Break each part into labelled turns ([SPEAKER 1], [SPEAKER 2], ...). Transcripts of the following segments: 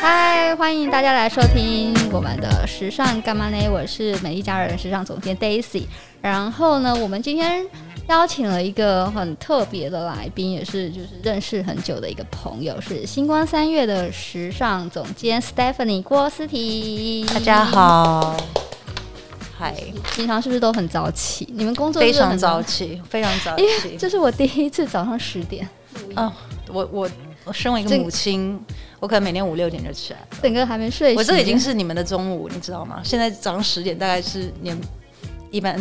[SPEAKER 1] 嗨，欢迎大家来收听我们的时尚干嘛呢？我是美丽佳人时尚总监 Daisy。然后呢，我们今天邀请了一个很特别的来宾，也是就是认识很久的一个朋友，是星光三月的时尚总监 Stephanie 郭思婷。
[SPEAKER 2] 大家，好，嗨，
[SPEAKER 1] 平常是不是都很早起？你们工作
[SPEAKER 2] 非
[SPEAKER 1] 是不是
[SPEAKER 2] 常
[SPEAKER 1] 很
[SPEAKER 2] 早起，非常早
[SPEAKER 1] 因为
[SPEAKER 2] 起。
[SPEAKER 1] 这是我第一次早上十点，
[SPEAKER 2] 嗯，我我我身为一个
[SPEAKER 1] 这
[SPEAKER 2] 母亲，我可能每天五六点就起来，
[SPEAKER 1] 整个还没睡醒。
[SPEAKER 2] 我这已经是你们的中午，你知道吗？现在早上十点大概是你们一般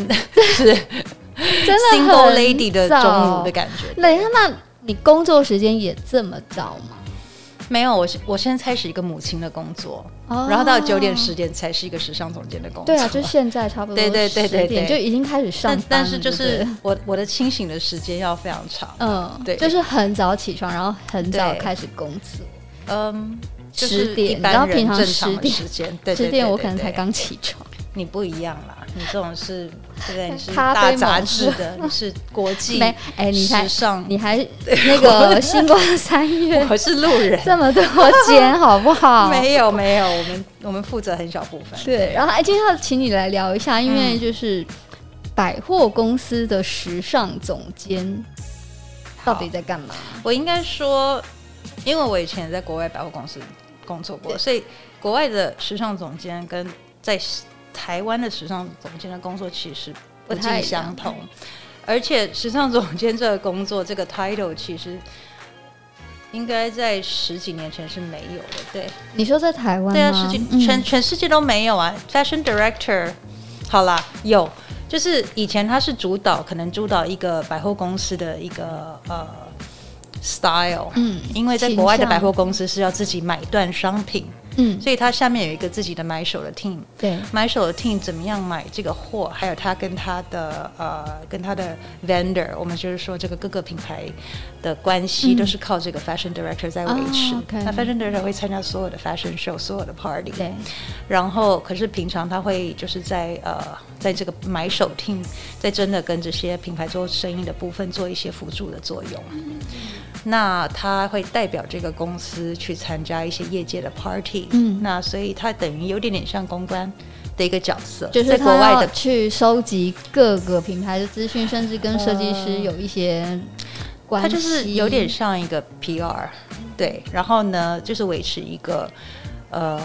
[SPEAKER 2] 是
[SPEAKER 1] 真的
[SPEAKER 2] single
[SPEAKER 1] 很
[SPEAKER 2] lady 的中午的感觉。
[SPEAKER 1] 等一下，那你工作时间也这么早吗？
[SPEAKER 2] 没有，我现我现在开始一个母亲的工作，
[SPEAKER 1] 哦
[SPEAKER 2] 然后到九点十点才是一个时尚总监的工作。
[SPEAKER 1] 对啊，就现在差不多
[SPEAKER 2] 对对对对
[SPEAKER 1] 10点就
[SPEAKER 2] 对
[SPEAKER 1] 已经开始上班
[SPEAKER 2] 但
[SPEAKER 1] 了
[SPEAKER 2] 但是就
[SPEAKER 1] 对不
[SPEAKER 2] 是
[SPEAKER 1] 对
[SPEAKER 2] 我我的清醒的时间要非常长。
[SPEAKER 1] 嗯，
[SPEAKER 2] 对
[SPEAKER 1] 就是很早起床，然后很早
[SPEAKER 2] 对
[SPEAKER 1] 开始工作。
[SPEAKER 2] 嗯，就
[SPEAKER 1] 10
[SPEAKER 2] 是
[SPEAKER 1] 点
[SPEAKER 2] 一般
[SPEAKER 1] 然后
[SPEAKER 2] 人
[SPEAKER 1] 平常
[SPEAKER 2] 正常
[SPEAKER 1] 10
[SPEAKER 2] 的
[SPEAKER 1] 点
[SPEAKER 2] 时间，对
[SPEAKER 1] 十点我可能才，
[SPEAKER 2] 对对对对
[SPEAKER 1] 刚起床，
[SPEAKER 2] 你不一样啦，你这种是，对不对？你是
[SPEAKER 1] 咖啡
[SPEAKER 2] 大
[SPEAKER 1] 猛
[SPEAKER 2] 杂志的，你是国际
[SPEAKER 1] 没哎，你
[SPEAKER 2] 时
[SPEAKER 1] 才
[SPEAKER 2] 尚，
[SPEAKER 1] 你还那个星光三 月
[SPEAKER 2] 我是路人，
[SPEAKER 1] 这么多间，好不好？
[SPEAKER 2] 没有没有，我们我们负责很小部分，
[SPEAKER 1] 对，然后哎，今天要请你来聊一下，因
[SPEAKER 2] 嗯
[SPEAKER 1] 为就是百货公司的时尚总监到底在干嘛？
[SPEAKER 2] 我应该说，因为我以前也在国外百货公司工作过，
[SPEAKER 1] 对
[SPEAKER 2] 所以国外的时尚总监跟在台湾的时尚总监的工作其实不
[SPEAKER 1] 不太
[SPEAKER 2] 尽
[SPEAKER 1] 一样
[SPEAKER 2] 相同。而且时尚总监这个工作，这个 title 其实应该在十几年前是没有的，对
[SPEAKER 1] 你说在台湾吗？
[SPEAKER 2] 对啊，十几
[SPEAKER 1] 嗯
[SPEAKER 2] 全、全世界都没有啊。Fashion director，好啦，有，就是以前他是主导，可能主导一个百货公司的一个呃 style，
[SPEAKER 1] 嗯
[SPEAKER 2] 因为在
[SPEAKER 1] 形
[SPEAKER 2] 国外的
[SPEAKER 1] 象
[SPEAKER 2] 百货公司是要自己买断商品，
[SPEAKER 1] 嗯，
[SPEAKER 2] 所以它下面有一个自己的买手的 team，
[SPEAKER 1] 对，
[SPEAKER 2] 买手的 team 怎么样买这个货，还有他跟他的呃跟他的 vendor，我们就是说这个各个品牌的关
[SPEAKER 1] 嗯
[SPEAKER 2] 系都是靠这个 fashion director 在维持。
[SPEAKER 1] 哦，OK
[SPEAKER 2] 那 fashion director 会参加所有的 fashion show，所有的 party，
[SPEAKER 1] 对，
[SPEAKER 2] 然后可是平常他会就是在呃在这个买手 team 在真的跟这些品牌做生意的部分做一些辅助的作用。
[SPEAKER 1] 嗯
[SPEAKER 2] 嗯那他会代表这个公司去参加一些业界的 party，
[SPEAKER 1] 嗯
[SPEAKER 2] 那所以他等于有点点像公关的一个角色，
[SPEAKER 1] 就是
[SPEAKER 2] 在
[SPEAKER 1] 他
[SPEAKER 2] 国外
[SPEAKER 1] 要
[SPEAKER 2] 的
[SPEAKER 1] 去收集各个品牌的资讯，甚至跟设计师有一些关系。
[SPEAKER 2] 它哦就是有点像一个 PR，对，然后呢，就是维持一个呃，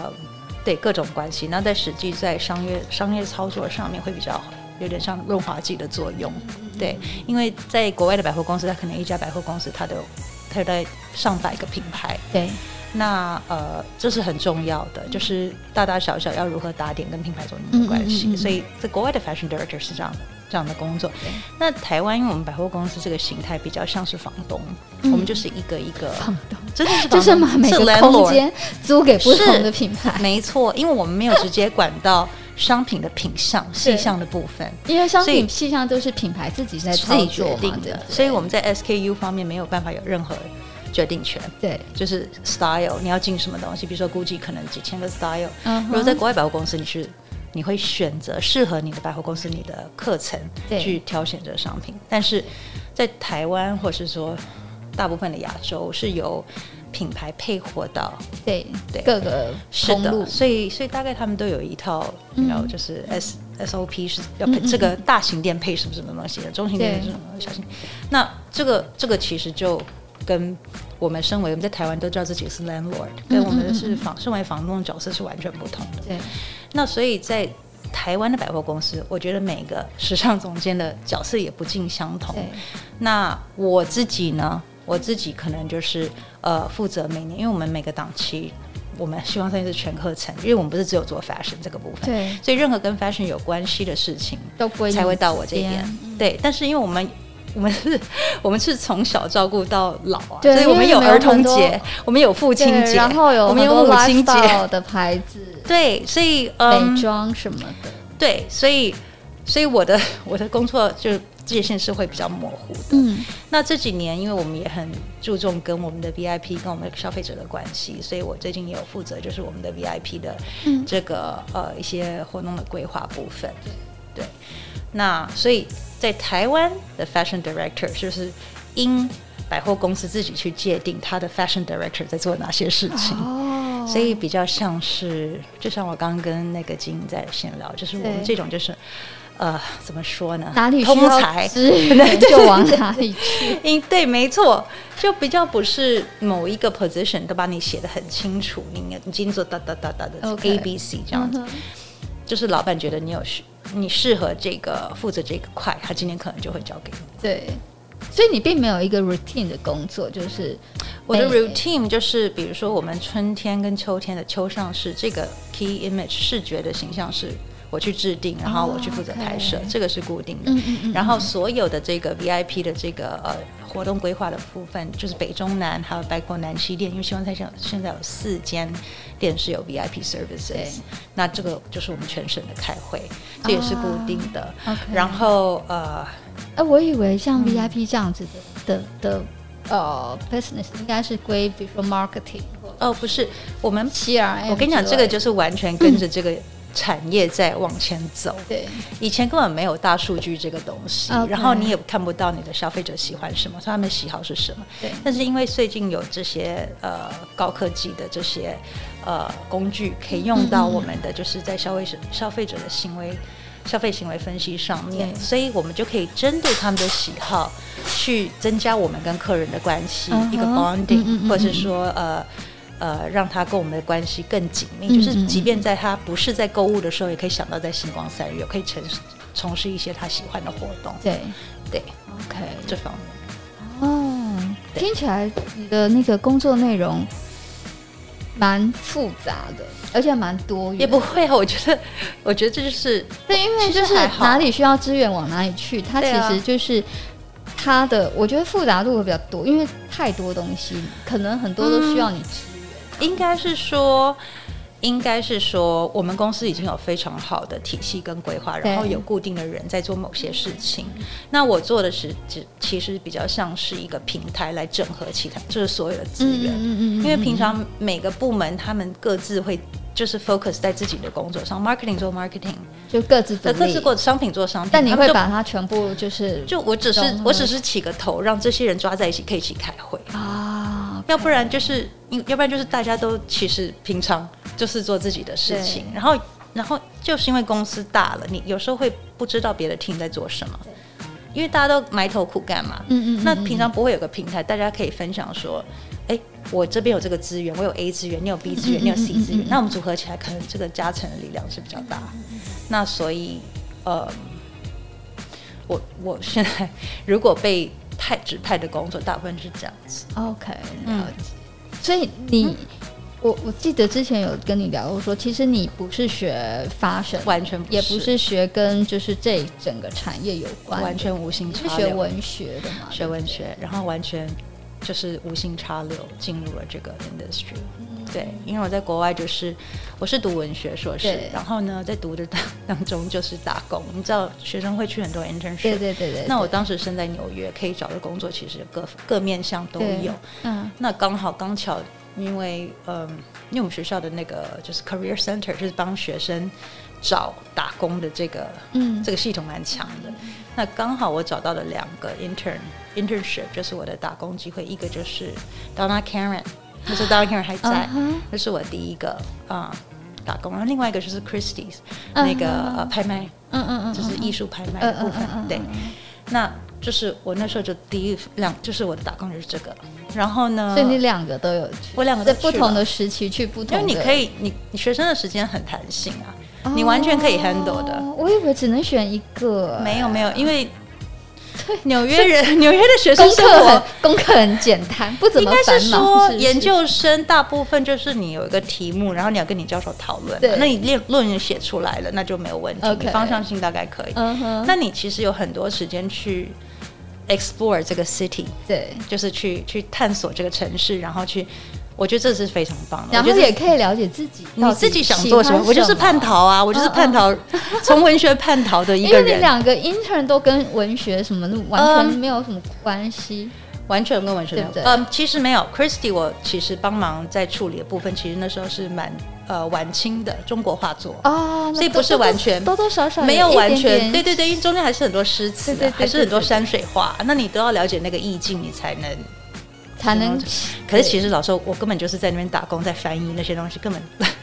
[SPEAKER 2] 对各种关系。那在实际在商业商业操作上面会比较有点像润滑剂的作用，对，因为在国外的百货公司，它可能一家百货公司它都有它有在上百个品牌，
[SPEAKER 1] 对，
[SPEAKER 2] 那呃，这是很重要的，就是大大小小要如何打点跟品牌总
[SPEAKER 1] 嗯嗯嗯
[SPEAKER 2] 监的关系。
[SPEAKER 1] 嗯
[SPEAKER 2] 所以在国外的 fashion director 是这样的这样的工作
[SPEAKER 1] 对。
[SPEAKER 2] 那台湾，因为我们百货公司这个形态比较像是房东，
[SPEAKER 1] 嗯
[SPEAKER 2] 我们就是一个一个，
[SPEAKER 1] 房东
[SPEAKER 2] 真的是
[SPEAKER 1] 就
[SPEAKER 2] 房
[SPEAKER 1] 是
[SPEAKER 2] 东，
[SPEAKER 1] 把每
[SPEAKER 2] 呃是
[SPEAKER 1] 个
[SPEAKER 2] landlord
[SPEAKER 1] 空间租给不同
[SPEAKER 2] 是
[SPEAKER 1] 的品 牌，
[SPEAKER 2] 没错，因为我们没有直接管到商品的品相、
[SPEAKER 1] 对
[SPEAKER 2] 细项的部分。
[SPEAKER 1] 因为商
[SPEAKER 2] 所以
[SPEAKER 1] 品气象都是品牌自己在
[SPEAKER 2] 自
[SPEAKER 1] 操
[SPEAKER 2] 己
[SPEAKER 1] 作
[SPEAKER 2] 决
[SPEAKER 1] 嘛，
[SPEAKER 2] 定
[SPEAKER 1] 对
[SPEAKER 2] 的
[SPEAKER 1] 不，对
[SPEAKER 2] 所以我们在 SKU 方面没有办法有任何决定权，
[SPEAKER 1] 对，
[SPEAKER 2] 就是 style 你要进什么东西，比如说 GUCCI 可能几千个 style，
[SPEAKER 1] 嗯哼
[SPEAKER 2] 如果在国外百货公司，你是你会选择适合你的百货公司你的课程
[SPEAKER 1] 对
[SPEAKER 2] 去挑选这个商品，但是在台湾或是说大部分的亚洲是由品牌配货到
[SPEAKER 1] 对
[SPEAKER 2] 对
[SPEAKER 1] 各个
[SPEAKER 2] 是
[SPEAKER 1] 通路
[SPEAKER 2] 的，，所以所以大概他们都有一套，
[SPEAKER 1] 嗯
[SPEAKER 2] 然后就是 S SOP 是要
[SPEAKER 1] 嗯
[SPEAKER 2] 配
[SPEAKER 1] 嗯
[SPEAKER 2] 这个大型店配什么什么东西的，中型店
[SPEAKER 1] 对
[SPEAKER 2] 是什么东西小型。那这个这个其实就跟我们身为我们在台湾都知道自己是 landlord，跟
[SPEAKER 1] 嗯
[SPEAKER 2] 我们是房身为房东的角色是完全不同的。
[SPEAKER 1] 对，
[SPEAKER 2] 那所以在台湾的百货公司，我觉得每个时尚总监的角色也不尽相同
[SPEAKER 1] 对。
[SPEAKER 2] 那我自己呢，我自己可能就是呃负责每年，因为我们每个档期，我们希望三是全课程，因为我们不是只有做 fashion 这个部分，
[SPEAKER 1] 对
[SPEAKER 2] 所以任何跟 fashion 有关系的事情
[SPEAKER 1] 都不会
[SPEAKER 2] 才会到我这边。
[SPEAKER 1] 嗯
[SPEAKER 2] 对，但是因为我们。我们是，我们是从小照顾到老啊，
[SPEAKER 1] 对
[SPEAKER 2] 所以我们
[SPEAKER 1] 因为
[SPEAKER 2] 有
[SPEAKER 1] 你们有
[SPEAKER 2] 儿童
[SPEAKER 1] 很多
[SPEAKER 2] 节，我们有父亲
[SPEAKER 1] 对
[SPEAKER 2] 节，
[SPEAKER 1] 然后有
[SPEAKER 2] 我们有
[SPEAKER 1] 很
[SPEAKER 2] 母
[SPEAKER 1] 多
[SPEAKER 2] 亲节，
[SPEAKER 1] lifestyle 的牌子、
[SPEAKER 2] 对，所以 嗯
[SPEAKER 1] 美，妆什么的，
[SPEAKER 2] 对，所以所以我的 我的工作就界限是会比较模糊的。
[SPEAKER 1] 嗯，
[SPEAKER 2] 那这几年，因为我们也很注重跟我们的 VIP 跟我们的消费者的关系，所以我最近也有负责就是我们的 VIP 的
[SPEAKER 1] 嗯
[SPEAKER 2] 这个、呃一些活动的规划部分。对，那所以在台湾的 Fashion Director 就是因百货公司自己去界定他的 Fashion Director 在做哪些事情。
[SPEAKER 1] 哦，
[SPEAKER 2] 所以比较像是，就像我刚刚跟那个金英在闲聊，就是我们
[SPEAKER 1] 对
[SPEAKER 2] 这种就是，呃，怎么说 呢？
[SPEAKER 1] 哪里需
[SPEAKER 2] 通
[SPEAKER 1] 要
[SPEAKER 2] 才
[SPEAKER 1] 资源就往哪里去。
[SPEAKER 2] 因对，没错，就比较不是某一个 position 都把你写的很清楚，你你已经做哒哒哒哒的
[SPEAKER 1] OK 嗯
[SPEAKER 2] A B C 这样子，就是老板觉得你有适你适合这个负责这个块，他今天可能就会交给你。
[SPEAKER 1] 对，所以你并没有一个 routine 的工作，就是
[SPEAKER 2] 我的
[SPEAKER 1] 哎
[SPEAKER 2] routine 就是，比如说我们春天跟秋天的秋上市，这个 key image 视觉的形象是我去制定，然后我去负责拍摄
[SPEAKER 1] 哦 OK
[SPEAKER 2] 这个是固定的。
[SPEAKER 1] 嗯嗯嗯，
[SPEAKER 2] 然后所有的这个 VIP 的这个呃活动规划的部分，就是北中南还有包括南西店，因为西湾菜现现在有四间店是有 VIP
[SPEAKER 1] 对
[SPEAKER 2] services，那这个就是我们全省的开会，这也
[SPEAKER 1] 哦
[SPEAKER 2] 是固定的。
[SPEAKER 1] OK
[SPEAKER 2] 然后嗯呃，
[SPEAKER 1] 哎、我以为像 VIP 这样子的、的的呃 business 应该是归比如说 marketing 或
[SPEAKER 2] 哦不是，我们
[SPEAKER 1] CRM 之类的。
[SPEAKER 2] 我跟你讲，这个就是完全跟着这个产业在往前走。
[SPEAKER 1] 对
[SPEAKER 2] 以前根本没有大数据这个东西
[SPEAKER 1] OK
[SPEAKER 2] 然后你也看不到你的消费者喜欢什么，他们的喜好是什么。
[SPEAKER 1] 对
[SPEAKER 2] 但是因为最近有这些呃高科技的这些呃工具，可以用到我们的就是在消费者消费者的行为消费行为分析上面，
[SPEAKER 1] 对
[SPEAKER 2] 所以我们就可以针对他们的喜好去增加我们跟客人的关系
[SPEAKER 1] 嗯哼
[SPEAKER 2] 一个 bonding，、
[SPEAKER 1] 嗯嗯嗯
[SPEAKER 2] 或者是说呃。呃，让他跟我们的关系更紧密，
[SPEAKER 1] 嗯
[SPEAKER 2] 就是
[SPEAKER 1] 嗯
[SPEAKER 2] 即便在他不是在购物的时候，也可以想到在星光三月，可以从从事一些他喜欢的活动，
[SPEAKER 1] 对
[SPEAKER 2] 对
[SPEAKER 1] OK
[SPEAKER 2] 这方面。
[SPEAKER 1] 哦，
[SPEAKER 2] 对
[SPEAKER 1] 听起来你的那个工作内容蛮复杂的，而且蛮多元。
[SPEAKER 2] 也不会啊，我觉得，我觉得这就是
[SPEAKER 1] 对，因为
[SPEAKER 2] 其实
[SPEAKER 1] 就是
[SPEAKER 2] 还好
[SPEAKER 1] 哪里需要资源往哪里去，它
[SPEAKER 2] 对啊
[SPEAKER 1] 其实就是它的，我觉得复杂度会比较多，因为太多东西，可能很多都需要你支援。
[SPEAKER 2] 应该是说，应该是说，我们公司已经有非常好的体系跟规划，
[SPEAKER 1] 对
[SPEAKER 2] 然后有固定的人在做某些事情。那我做的是，只其实比较像是一个平台来整合其他，就是所有的资源。
[SPEAKER 1] 嗯
[SPEAKER 2] 因为平常每个部门他们各自会就是 focus 在自己的工作上，marketing 做 marketing，
[SPEAKER 1] 就各自独
[SPEAKER 2] 呃，各
[SPEAKER 1] 立
[SPEAKER 2] 自，过商品做商品，
[SPEAKER 1] 但你
[SPEAKER 2] 他们
[SPEAKER 1] 会
[SPEAKER 2] 就
[SPEAKER 1] 把它全部就是
[SPEAKER 2] 就我只是
[SPEAKER 1] 懂了
[SPEAKER 2] 我只是起个头，让这些人抓在一起可以一起开会。
[SPEAKER 1] 啊，
[SPEAKER 2] 要不然就是，因要不然就是大家都其实平常就是做自己的事情，然后然后就是因为公司大了，你有时候会不知道别的 team 在做什么，因为大家都埋头苦干嘛。
[SPEAKER 1] 嗯嗯，
[SPEAKER 2] 那
[SPEAKER 1] 嗯
[SPEAKER 2] 平常不会有个平台，大家可以分享说，哎，我这边有这个资源，我有 A 资源，你有 B 资源，
[SPEAKER 1] 嗯
[SPEAKER 2] 你有 C
[SPEAKER 1] 嗯
[SPEAKER 2] 资
[SPEAKER 1] 嗯嗯，
[SPEAKER 2] 源那我们组合起来，可能这个加成的力量是比较大。那所以，呃，我我现在 如果被派指派的工作，大部分是这样子。
[SPEAKER 1] OK，
[SPEAKER 2] 嗯
[SPEAKER 1] 了解。所以你，我我记得之前有跟你聊过说，其实你不是学 fashion，
[SPEAKER 2] 完全
[SPEAKER 1] 也不是学跟就是这整个产业有关的，
[SPEAKER 2] 完全无心
[SPEAKER 1] 你是
[SPEAKER 2] 插
[SPEAKER 1] 学
[SPEAKER 2] 柳，
[SPEAKER 1] 文学的嘛？
[SPEAKER 2] 学文学，然后完全就是无心插柳进入了这个 industry。对，
[SPEAKER 1] 嗯
[SPEAKER 2] 因为我在国外就是我是读文学硕士
[SPEAKER 1] 对，
[SPEAKER 2] 然后呢，在读的当当中就是打工，你知道学生会去很多 internship，
[SPEAKER 1] 对对对对。
[SPEAKER 2] 那我当时身在纽约，可以找的工作其实各各面向都
[SPEAKER 1] 对
[SPEAKER 2] 有。
[SPEAKER 1] 嗯
[SPEAKER 2] 那刚好刚巧，因为嗯，因为我们学校的那个就是 career center，就是帮学生找打工的这个
[SPEAKER 1] 嗯，
[SPEAKER 2] 这个系统蛮强的。那刚好我找到了两个 intern internship，就是我的打工机会，一个就是 Donna Karen，那时候 Donna Karen 还在
[SPEAKER 1] 啊哈
[SPEAKER 2] 这是我第一个啊、打工，然后另外一个就是 Christie's、那个
[SPEAKER 1] 嗯哼
[SPEAKER 2] 呃拍卖，
[SPEAKER 1] 嗯嗯嗯，
[SPEAKER 2] 就是艺术拍卖的部分，对。那就是我那时候就第一两，就是我的打工就是这个。然后呢，
[SPEAKER 1] 所以你两个都有去，
[SPEAKER 2] 我两个
[SPEAKER 1] 在
[SPEAKER 2] 都
[SPEAKER 1] 不
[SPEAKER 2] 去
[SPEAKER 1] 同
[SPEAKER 2] 了
[SPEAKER 1] 的时期去不
[SPEAKER 2] 因
[SPEAKER 1] 同的，
[SPEAKER 2] 为
[SPEAKER 1] 哦
[SPEAKER 2] 你可以，你你学生的时间很弹性啊，你完全可以 handle 的。
[SPEAKER 1] 哦我以为只能选一个，
[SPEAKER 2] 没有没有，因为纽约人 纽约的学生
[SPEAKER 1] 功
[SPEAKER 2] 生
[SPEAKER 1] 课很
[SPEAKER 2] 活。
[SPEAKER 1] 功课很简单，不怎
[SPEAKER 2] 应
[SPEAKER 1] 么
[SPEAKER 2] 该
[SPEAKER 1] 烦
[SPEAKER 2] 是
[SPEAKER 1] 恼。
[SPEAKER 2] 说，
[SPEAKER 1] 是不是
[SPEAKER 2] 研究生大部分就是你有一个题目，然后你要跟你教授讨论
[SPEAKER 1] 对。
[SPEAKER 2] 那你论论文写出来了，那就没有问题
[SPEAKER 1] OK
[SPEAKER 2] 你方向性大概可以。
[SPEAKER 1] 嗯哼，
[SPEAKER 2] 那你其实有很多时间去 explore 这个 city，
[SPEAKER 1] 对，
[SPEAKER 2] 就是去去探索这个城市，然后去，我觉得这是非常棒的。
[SPEAKER 1] 然
[SPEAKER 2] 我
[SPEAKER 1] 后
[SPEAKER 2] 觉得
[SPEAKER 1] 也可以了解自己，
[SPEAKER 2] 你自己想做什么，我就是叛
[SPEAKER 1] 叛逃。
[SPEAKER 2] 逃啊，我就是叛逃，从文学叛逃的
[SPEAKER 1] 嗯
[SPEAKER 2] 一
[SPEAKER 1] 因
[SPEAKER 2] 个
[SPEAKER 1] 为你
[SPEAKER 2] 人。嗯
[SPEAKER 1] 两个 intern 都跟文学什么的完全没有什么关系，
[SPEAKER 2] 完全跟文学没有
[SPEAKER 1] 对不对
[SPEAKER 2] 嗯，其实没有。Christy，我其实帮忙在处理的部分，其实那时候是蛮呃晚清的中国画作，
[SPEAKER 1] 哦，那
[SPEAKER 2] 所以
[SPEAKER 1] 多
[SPEAKER 2] 不是完全
[SPEAKER 1] 多多少少
[SPEAKER 2] 没有
[SPEAKER 1] 一
[SPEAKER 2] 完
[SPEAKER 1] 点
[SPEAKER 2] 全。
[SPEAKER 1] 点
[SPEAKER 2] 对对对，因为中间还是很多诗词啊、
[SPEAKER 1] 对对对
[SPEAKER 2] 还是很多
[SPEAKER 1] 对对
[SPEAKER 2] 山水画，那你都要了解那个意境，你才能
[SPEAKER 1] 才能。
[SPEAKER 2] 可是其实老实说，我根本就是在那边打工，在翻译那些东西，根本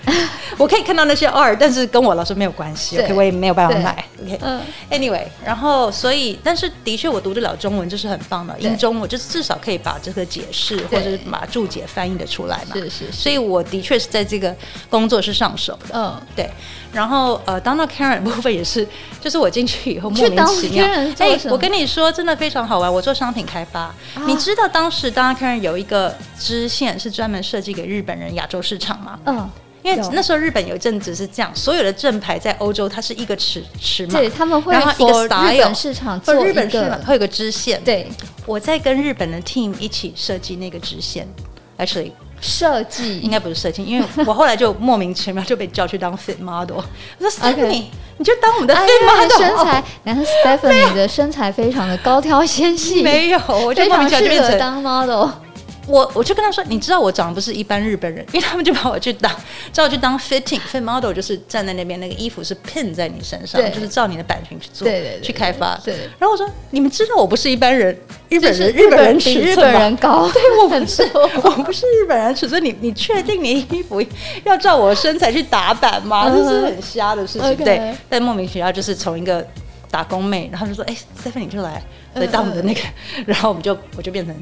[SPEAKER 2] 我可以看到那些 R，但是跟我老师没有关系。
[SPEAKER 1] 对
[SPEAKER 2] OK，我也没有办法
[SPEAKER 1] 对
[SPEAKER 2] 买。OK，
[SPEAKER 1] 嗯，
[SPEAKER 2] Anyway，然后所以，但是的确我读得了中文，这是很棒的。
[SPEAKER 1] 对
[SPEAKER 2] 英中我就至少可以把这个解释或
[SPEAKER 1] 对
[SPEAKER 2] 者是把注解翻译的出来嘛。
[SPEAKER 1] 是是是，
[SPEAKER 2] 所以我的确是在这个工作是上手的。
[SPEAKER 1] 嗯，
[SPEAKER 2] 对，然后呃，当到 Karen 的部分也是，就是我进去以后
[SPEAKER 1] 你
[SPEAKER 2] 莫
[SPEAKER 1] 去
[SPEAKER 2] 名
[SPEAKER 1] 当
[SPEAKER 2] 其妙
[SPEAKER 1] Karen 是，做
[SPEAKER 2] 哎
[SPEAKER 1] 什，么
[SPEAKER 2] 我跟你说，真的非常好玩。啊我做商品开发，你
[SPEAKER 1] 啊
[SPEAKER 2] 知道当时当到 Karen 有一个支线是专门设计给日本人亚洲市场吗？
[SPEAKER 1] 嗯，
[SPEAKER 2] 因为
[SPEAKER 1] 有
[SPEAKER 2] 那时候日本有一阵子是这样，所有的正牌在欧洲它是一个尺尺码，
[SPEAKER 1] 对，他们会
[SPEAKER 2] 然后一个
[SPEAKER 1] for 日
[SPEAKER 2] style，
[SPEAKER 1] 本市场
[SPEAKER 2] 或
[SPEAKER 1] 做
[SPEAKER 2] 日
[SPEAKER 1] 一
[SPEAKER 2] 本是
[SPEAKER 1] 个，
[SPEAKER 2] 会有个支线。，
[SPEAKER 1] 对，
[SPEAKER 2] 我在跟日本的 team 一起设计那个支线。Actually，
[SPEAKER 1] 嗯设计
[SPEAKER 2] 应该不是设计， 因为我后来就莫名其妙就被叫去当 fit model。我说 Stephanie，你就当我们的
[SPEAKER 1] 哎呀
[SPEAKER 2] fit，model
[SPEAKER 1] 身
[SPEAKER 2] 哦。
[SPEAKER 1] 材，然后 Stephanie 的身材非常的高挑纤细，
[SPEAKER 2] 没有，我就
[SPEAKER 1] 非
[SPEAKER 2] 莫名
[SPEAKER 1] 常适
[SPEAKER 2] 其妙就变
[SPEAKER 1] 合
[SPEAKER 2] 成
[SPEAKER 1] 当 model。
[SPEAKER 2] 我，我就跟他说，你知道我长得不是一般日本人，因为他们就把我去当，叫我去当 fitting fit model，就是站在那边那个衣服是 pin 在你身上
[SPEAKER 1] 对，
[SPEAKER 2] 就是照你的版型去做，
[SPEAKER 1] 对对对
[SPEAKER 2] 去开发。
[SPEAKER 1] 对
[SPEAKER 2] 然后我说，你们知道我不是一般人，日本
[SPEAKER 1] 就
[SPEAKER 2] 人，
[SPEAKER 1] 是
[SPEAKER 2] 日本人
[SPEAKER 1] 比
[SPEAKER 2] 尺
[SPEAKER 1] 日
[SPEAKER 2] 寸
[SPEAKER 1] 本
[SPEAKER 2] 吗
[SPEAKER 1] 人高，
[SPEAKER 2] 对，我不是， 我不是日本人，尺寸你你确定你衣服要照我身材去打版吗？
[SPEAKER 1] 嗯
[SPEAKER 2] 这
[SPEAKER 1] 哼
[SPEAKER 2] 是很瞎的事情。
[SPEAKER 1] OK
[SPEAKER 2] 对，但莫名其妙就是从一个打工妹，然后就说：“哎、s t e p h a n i e 你就来，
[SPEAKER 1] 嗯
[SPEAKER 2] 来当我的那个。然后我们就我就变成。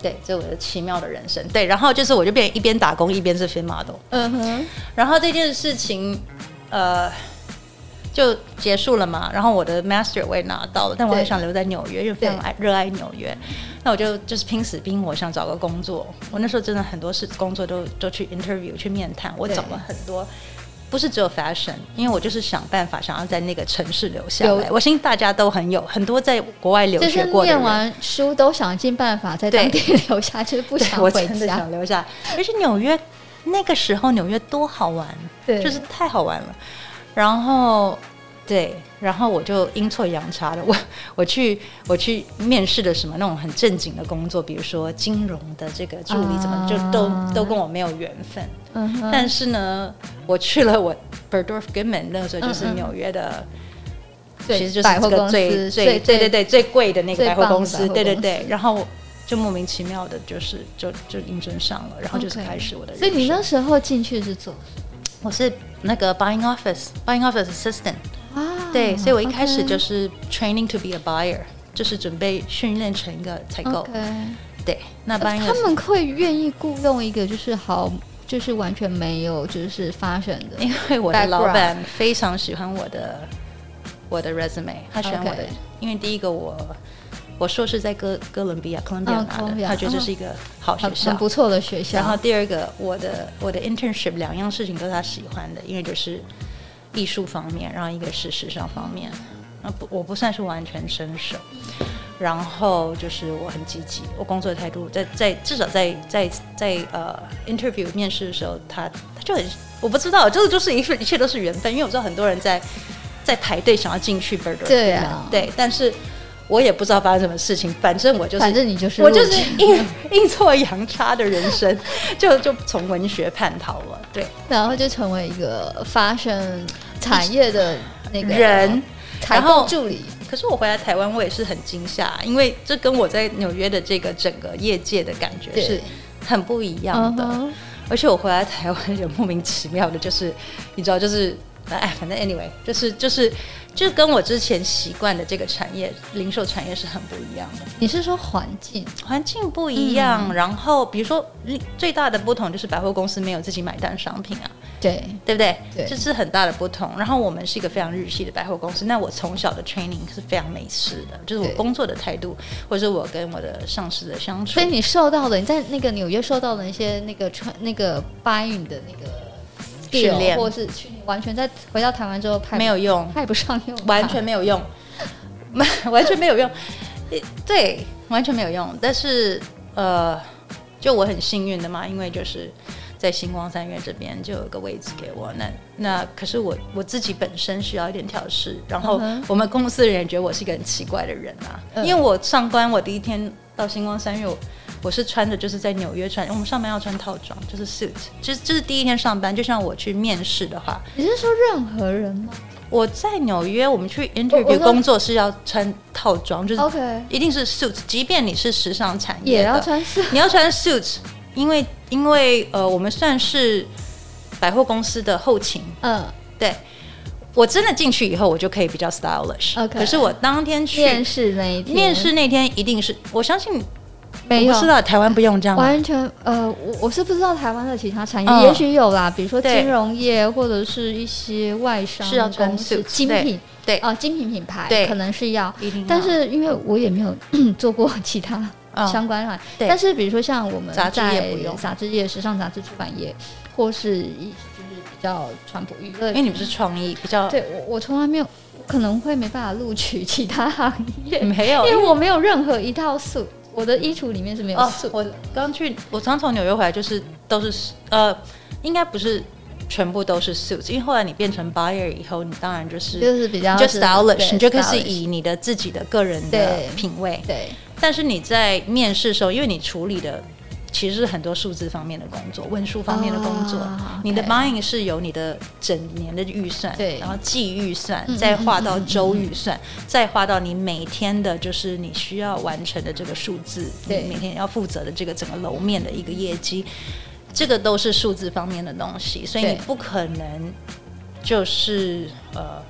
[SPEAKER 2] 对，这是我的奇妙的人生。对，然后就是我就变一边打工一边是 f i model，
[SPEAKER 1] 嗯哼，
[SPEAKER 2] 然后这件事情，呃，就结束了嘛。然后我的 master 我也拿到了，但我
[SPEAKER 1] 对
[SPEAKER 2] 很想留在纽约，因为非常爱热爱纽约。那我就就是拼死拼活想找个工作。我那时候真的很多事工作都都去 interview 去面谈，我
[SPEAKER 1] 对
[SPEAKER 2] 找了很多。不是只有 fashion，因为我就是想办法想要在那个城市留下
[SPEAKER 1] 留
[SPEAKER 2] 来。我相信大家都很有很多在国外留
[SPEAKER 1] 就
[SPEAKER 2] 学
[SPEAKER 1] 是
[SPEAKER 2] 过的
[SPEAKER 1] 念
[SPEAKER 2] 人，啊
[SPEAKER 1] 完书都想尽办法在当地留下，就是不
[SPEAKER 2] 对
[SPEAKER 1] 想
[SPEAKER 2] 我
[SPEAKER 1] 回
[SPEAKER 2] 真的
[SPEAKER 1] 家
[SPEAKER 2] 想。留下来。而且纽约那个时候纽约多好玩，
[SPEAKER 1] 对，
[SPEAKER 2] 就是太好玩了。然后对，然后我就阴错阳差的，我我去我去面试的什么那种很正经的工作，比如说金融的这个助理，怎么就都、
[SPEAKER 1] 啊
[SPEAKER 2] 都跟我没有缘分。
[SPEAKER 1] 嗯哼，
[SPEAKER 2] 但是呢，我去了我 Berdorf Goodman 那个时候就是
[SPEAKER 1] 嗯嗯
[SPEAKER 2] 纽约的。
[SPEAKER 1] 对
[SPEAKER 2] 其实就是
[SPEAKER 1] 百
[SPEAKER 2] 这
[SPEAKER 1] 货
[SPEAKER 2] 个
[SPEAKER 1] 公
[SPEAKER 2] 最
[SPEAKER 1] 司
[SPEAKER 2] 最对对对最贵的那个
[SPEAKER 1] 最
[SPEAKER 2] 百货
[SPEAKER 1] 棒的
[SPEAKER 2] 公
[SPEAKER 1] 百
[SPEAKER 2] 司，
[SPEAKER 1] 货
[SPEAKER 2] 对对
[SPEAKER 1] 公
[SPEAKER 2] 对
[SPEAKER 1] 司，
[SPEAKER 2] 然后我就莫名其妙的，就是就就应征上了，然后就是
[SPEAKER 1] OK
[SPEAKER 2] 开始我的人
[SPEAKER 1] 所
[SPEAKER 2] 生。
[SPEAKER 1] 以你那时候进去是做
[SPEAKER 2] 我是那个 buying office buying office assistant，、
[SPEAKER 1] 啊？
[SPEAKER 2] 对，所以我一开始就是是 training to be a buyer，就是准备训练成一个采购。对，那 buying
[SPEAKER 1] 他
[SPEAKER 2] office-
[SPEAKER 1] 们会愿意雇佣一个就是好，就是完全没有就是发生的。
[SPEAKER 2] 因为我的
[SPEAKER 1] background
[SPEAKER 2] 老板非常喜欢我的我的 resume，他喜欢我的
[SPEAKER 1] OK
[SPEAKER 2] 因为第一个我我硕士在哥啊哥伦比亚 Columbia
[SPEAKER 1] 嗯
[SPEAKER 2] 拿的，
[SPEAKER 1] ，Columbia，
[SPEAKER 2] 他觉得这是一个好学
[SPEAKER 1] 很
[SPEAKER 2] 校
[SPEAKER 1] 很。不错的学校，
[SPEAKER 2] 然后第二个，我的我的 internship 两样事情都是他喜欢的，因为就是艺术方面，然后一个是时尚方面。那不，我不算是完全伸手。然后就是我很积极，我工作态度在在至少在在在呃 interview 面试的时候，他他就很我不知道，这个就是一切一切都是缘分，因为我知道很多人在在排队想要进去 Burger，
[SPEAKER 1] 对啊
[SPEAKER 2] 对，但是我也不知道发生什么事情，反正我就是
[SPEAKER 1] 反正你就是
[SPEAKER 2] 我就是
[SPEAKER 1] 录取
[SPEAKER 2] 阴 阴错阳差的人生，就就从文学叛逃了。对，
[SPEAKER 1] 然后就成为一个发生产业的那个
[SPEAKER 2] 人
[SPEAKER 1] 采
[SPEAKER 2] 然后
[SPEAKER 1] 购助理。
[SPEAKER 2] 可是我回来台湾，我也是很惊吓，因为这跟我在纽约的这个整个业界的感觉
[SPEAKER 1] 对
[SPEAKER 2] 是很不一样的。
[SPEAKER 1] 嗯哼
[SPEAKER 2] 而且我回来台湾也莫名其妙的，就是你知道，就是哎，反正 anyway，就是就是就跟我之前习惯的这个产业，零售产业是很不一样的。
[SPEAKER 1] 你是说环境？
[SPEAKER 2] 环境不
[SPEAKER 1] 嗯
[SPEAKER 2] 一样，然后比如说最大的不同就是百货公司没有自己买单商品啊，
[SPEAKER 1] 对，
[SPEAKER 2] 对不对？
[SPEAKER 1] 对
[SPEAKER 2] 这是很大的不同。然后我们是一个非常日系的百货公司，那我从小的 training 是非常美式的，就是我
[SPEAKER 1] 对
[SPEAKER 2] 工作的态度，或者是我跟我的上司的相处
[SPEAKER 1] 所以。你受到的，你在那个纽约受到的那些那个穿那个搬运的那个
[SPEAKER 2] 训
[SPEAKER 1] skill，
[SPEAKER 2] 练
[SPEAKER 1] 或是训练，完全在回到台湾之后派不
[SPEAKER 2] 没有用，
[SPEAKER 1] 派不上用场，
[SPEAKER 2] 完全没有用， 完全没有用，诶对，完全没有用。但是呃，就我很幸运的嘛，因为就是在星光三月这边就有个位置给我，那那可是我我自己本身需要一点调试，然后
[SPEAKER 1] 嗯哼
[SPEAKER 2] 我们公司的人也觉得我是一个很奇怪的人啊，
[SPEAKER 1] 嗯
[SPEAKER 2] 因为我上班我第一天到星光三月。我我是穿的，就是在纽约穿，我们上班要穿套装，就是 suit，就是就是第一天上班，就像我去面试的话，
[SPEAKER 1] 你是说任何人吗？
[SPEAKER 2] 我在纽约，我们去
[SPEAKER 1] 我我
[SPEAKER 2] interview
[SPEAKER 1] 说
[SPEAKER 2] 工作是要穿套装，就是
[SPEAKER 1] OK，
[SPEAKER 2] 一定是 suits，即便你是时尚产业
[SPEAKER 1] 也要
[SPEAKER 2] 的，
[SPEAKER 1] 穿是
[SPEAKER 2] 你要穿 suits，因为因为呃，我们算是百货公司的后勤，
[SPEAKER 1] 嗯
[SPEAKER 2] 对我真的进去以后，我就可以比较 stylish。
[SPEAKER 1] OK
[SPEAKER 2] 可是我当天去
[SPEAKER 1] 面试那一天，
[SPEAKER 2] 面试那天，一定是我相信，
[SPEAKER 1] 没
[SPEAKER 2] 我
[SPEAKER 1] 有
[SPEAKER 2] 不知道台湾不用这样吗？
[SPEAKER 1] 完全呃，我我是不知道台湾的其他产业，
[SPEAKER 2] 嗯
[SPEAKER 1] 也许有啦，比如说
[SPEAKER 2] 对
[SPEAKER 1] 金融业或者是一些外商
[SPEAKER 2] 是要穿
[SPEAKER 1] 公司
[SPEAKER 2] suits，
[SPEAKER 1] 精
[SPEAKER 2] 对
[SPEAKER 1] 品
[SPEAKER 2] 对
[SPEAKER 1] 啊、精品品牌
[SPEAKER 2] 对
[SPEAKER 1] 可能是要，
[SPEAKER 2] 一定要，
[SPEAKER 1] 但是因为我也没有 做过其他
[SPEAKER 2] 嗯
[SPEAKER 1] 相关行业，
[SPEAKER 2] 对
[SPEAKER 1] 但是比如说像我们
[SPEAKER 2] 杂志
[SPEAKER 1] 在
[SPEAKER 2] 业不用
[SPEAKER 1] 杂志业、时尚杂志出版业，或是一就是比较传播娱乐
[SPEAKER 2] 因为，你们是创意，比较
[SPEAKER 1] 对我我从来没有我可能会没办法录取其他行业，
[SPEAKER 2] 没有
[SPEAKER 1] 因为我没有任何一套素，我的衣橱里面是没有
[SPEAKER 2] 哦
[SPEAKER 1] 素，。
[SPEAKER 2] 我刚去，我刚从纽约回来，就是都是呃，应该不是全部都是 suits，因为后来你变成 buyer 以后，你当然就是
[SPEAKER 1] 就是比较
[SPEAKER 2] 就是 stylish，
[SPEAKER 1] 对
[SPEAKER 2] 你就可以是
[SPEAKER 1] stylish
[SPEAKER 2] 以你的自己的个人的
[SPEAKER 1] 对
[SPEAKER 2] 品味。
[SPEAKER 1] 对
[SPEAKER 2] 但是你在面试的时候，因为你处理的其实是很多数字方面的工作、文书方面的工作，
[SPEAKER 1] 啊
[SPEAKER 2] 你的
[SPEAKER 1] OK
[SPEAKER 2] buying 是由你的整年的预算，
[SPEAKER 1] 对
[SPEAKER 2] 然后季预算
[SPEAKER 1] 嗯，
[SPEAKER 2] 再划到周预算，再划到你每天的，就是你需要完成的这个数字，
[SPEAKER 1] 对
[SPEAKER 2] 你每天要负责的这个整个楼面的一个业绩，这个都是数字方面的东西，所以
[SPEAKER 1] 对
[SPEAKER 2] 你不可能就是呃。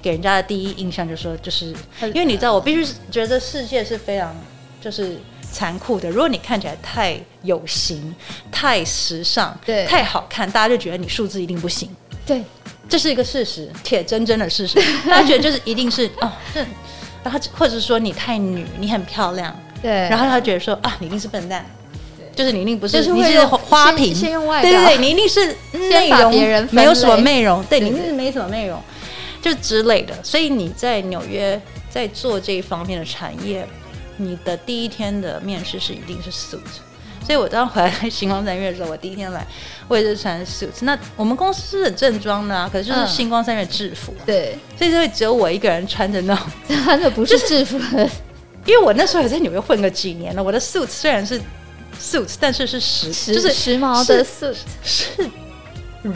[SPEAKER 2] 给人家的第一印象就说，就是
[SPEAKER 1] 很
[SPEAKER 2] 因为你知道，我必须觉得世界是非常就是残酷的。如果你看起来太有型、太时尚、
[SPEAKER 1] 对
[SPEAKER 2] 太好看，大家就觉得你数字一定不行，
[SPEAKER 1] 对
[SPEAKER 2] 这是一个事实，铁铮铮的事 实。大家觉得就是一定是哦，这，然后或者说你太女，你很漂亮，
[SPEAKER 1] 对，
[SPEAKER 2] 然
[SPEAKER 1] 后
[SPEAKER 2] 后他觉得说啊，你一定是笨蛋，就是你一定不，
[SPEAKER 1] 就是是
[SPEAKER 2] 你
[SPEAKER 1] 会
[SPEAKER 2] 是
[SPEAKER 1] 用
[SPEAKER 2] 花瓶
[SPEAKER 1] 先，先用外表，
[SPEAKER 2] 对对对，你一定是内
[SPEAKER 1] 把
[SPEAKER 2] 容
[SPEAKER 1] 别人分
[SPEAKER 2] 没有什么
[SPEAKER 1] 类
[SPEAKER 2] 内容，对，
[SPEAKER 1] 对
[SPEAKER 2] 你是没什么内容，就之类的。所以你在纽约在做这一方面的产业，你的第一天的面试是一定是 suit。所以我当回来星光三月的时候，我第一天来，我也是穿 suit。那我们公司是很正装的啊，可是就是
[SPEAKER 1] 嗯
[SPEAKER 2] 星光三月制服，
[SPEAKER 1] 对
[SPEAKER 2] 所以就会只有我一个人穿着那种。
[SPEAKER 1] 穿的不是制服的，
[SPEAKER 2] 因为我那时候也在纽约混个几年了，我的 suit 虽然是 suit，但是是时
[SPEAKER 1] 时
[SPEAKER 2] 就是
[SPEAKER 1] 时髦的 suit，
[SPEAKER 2] 是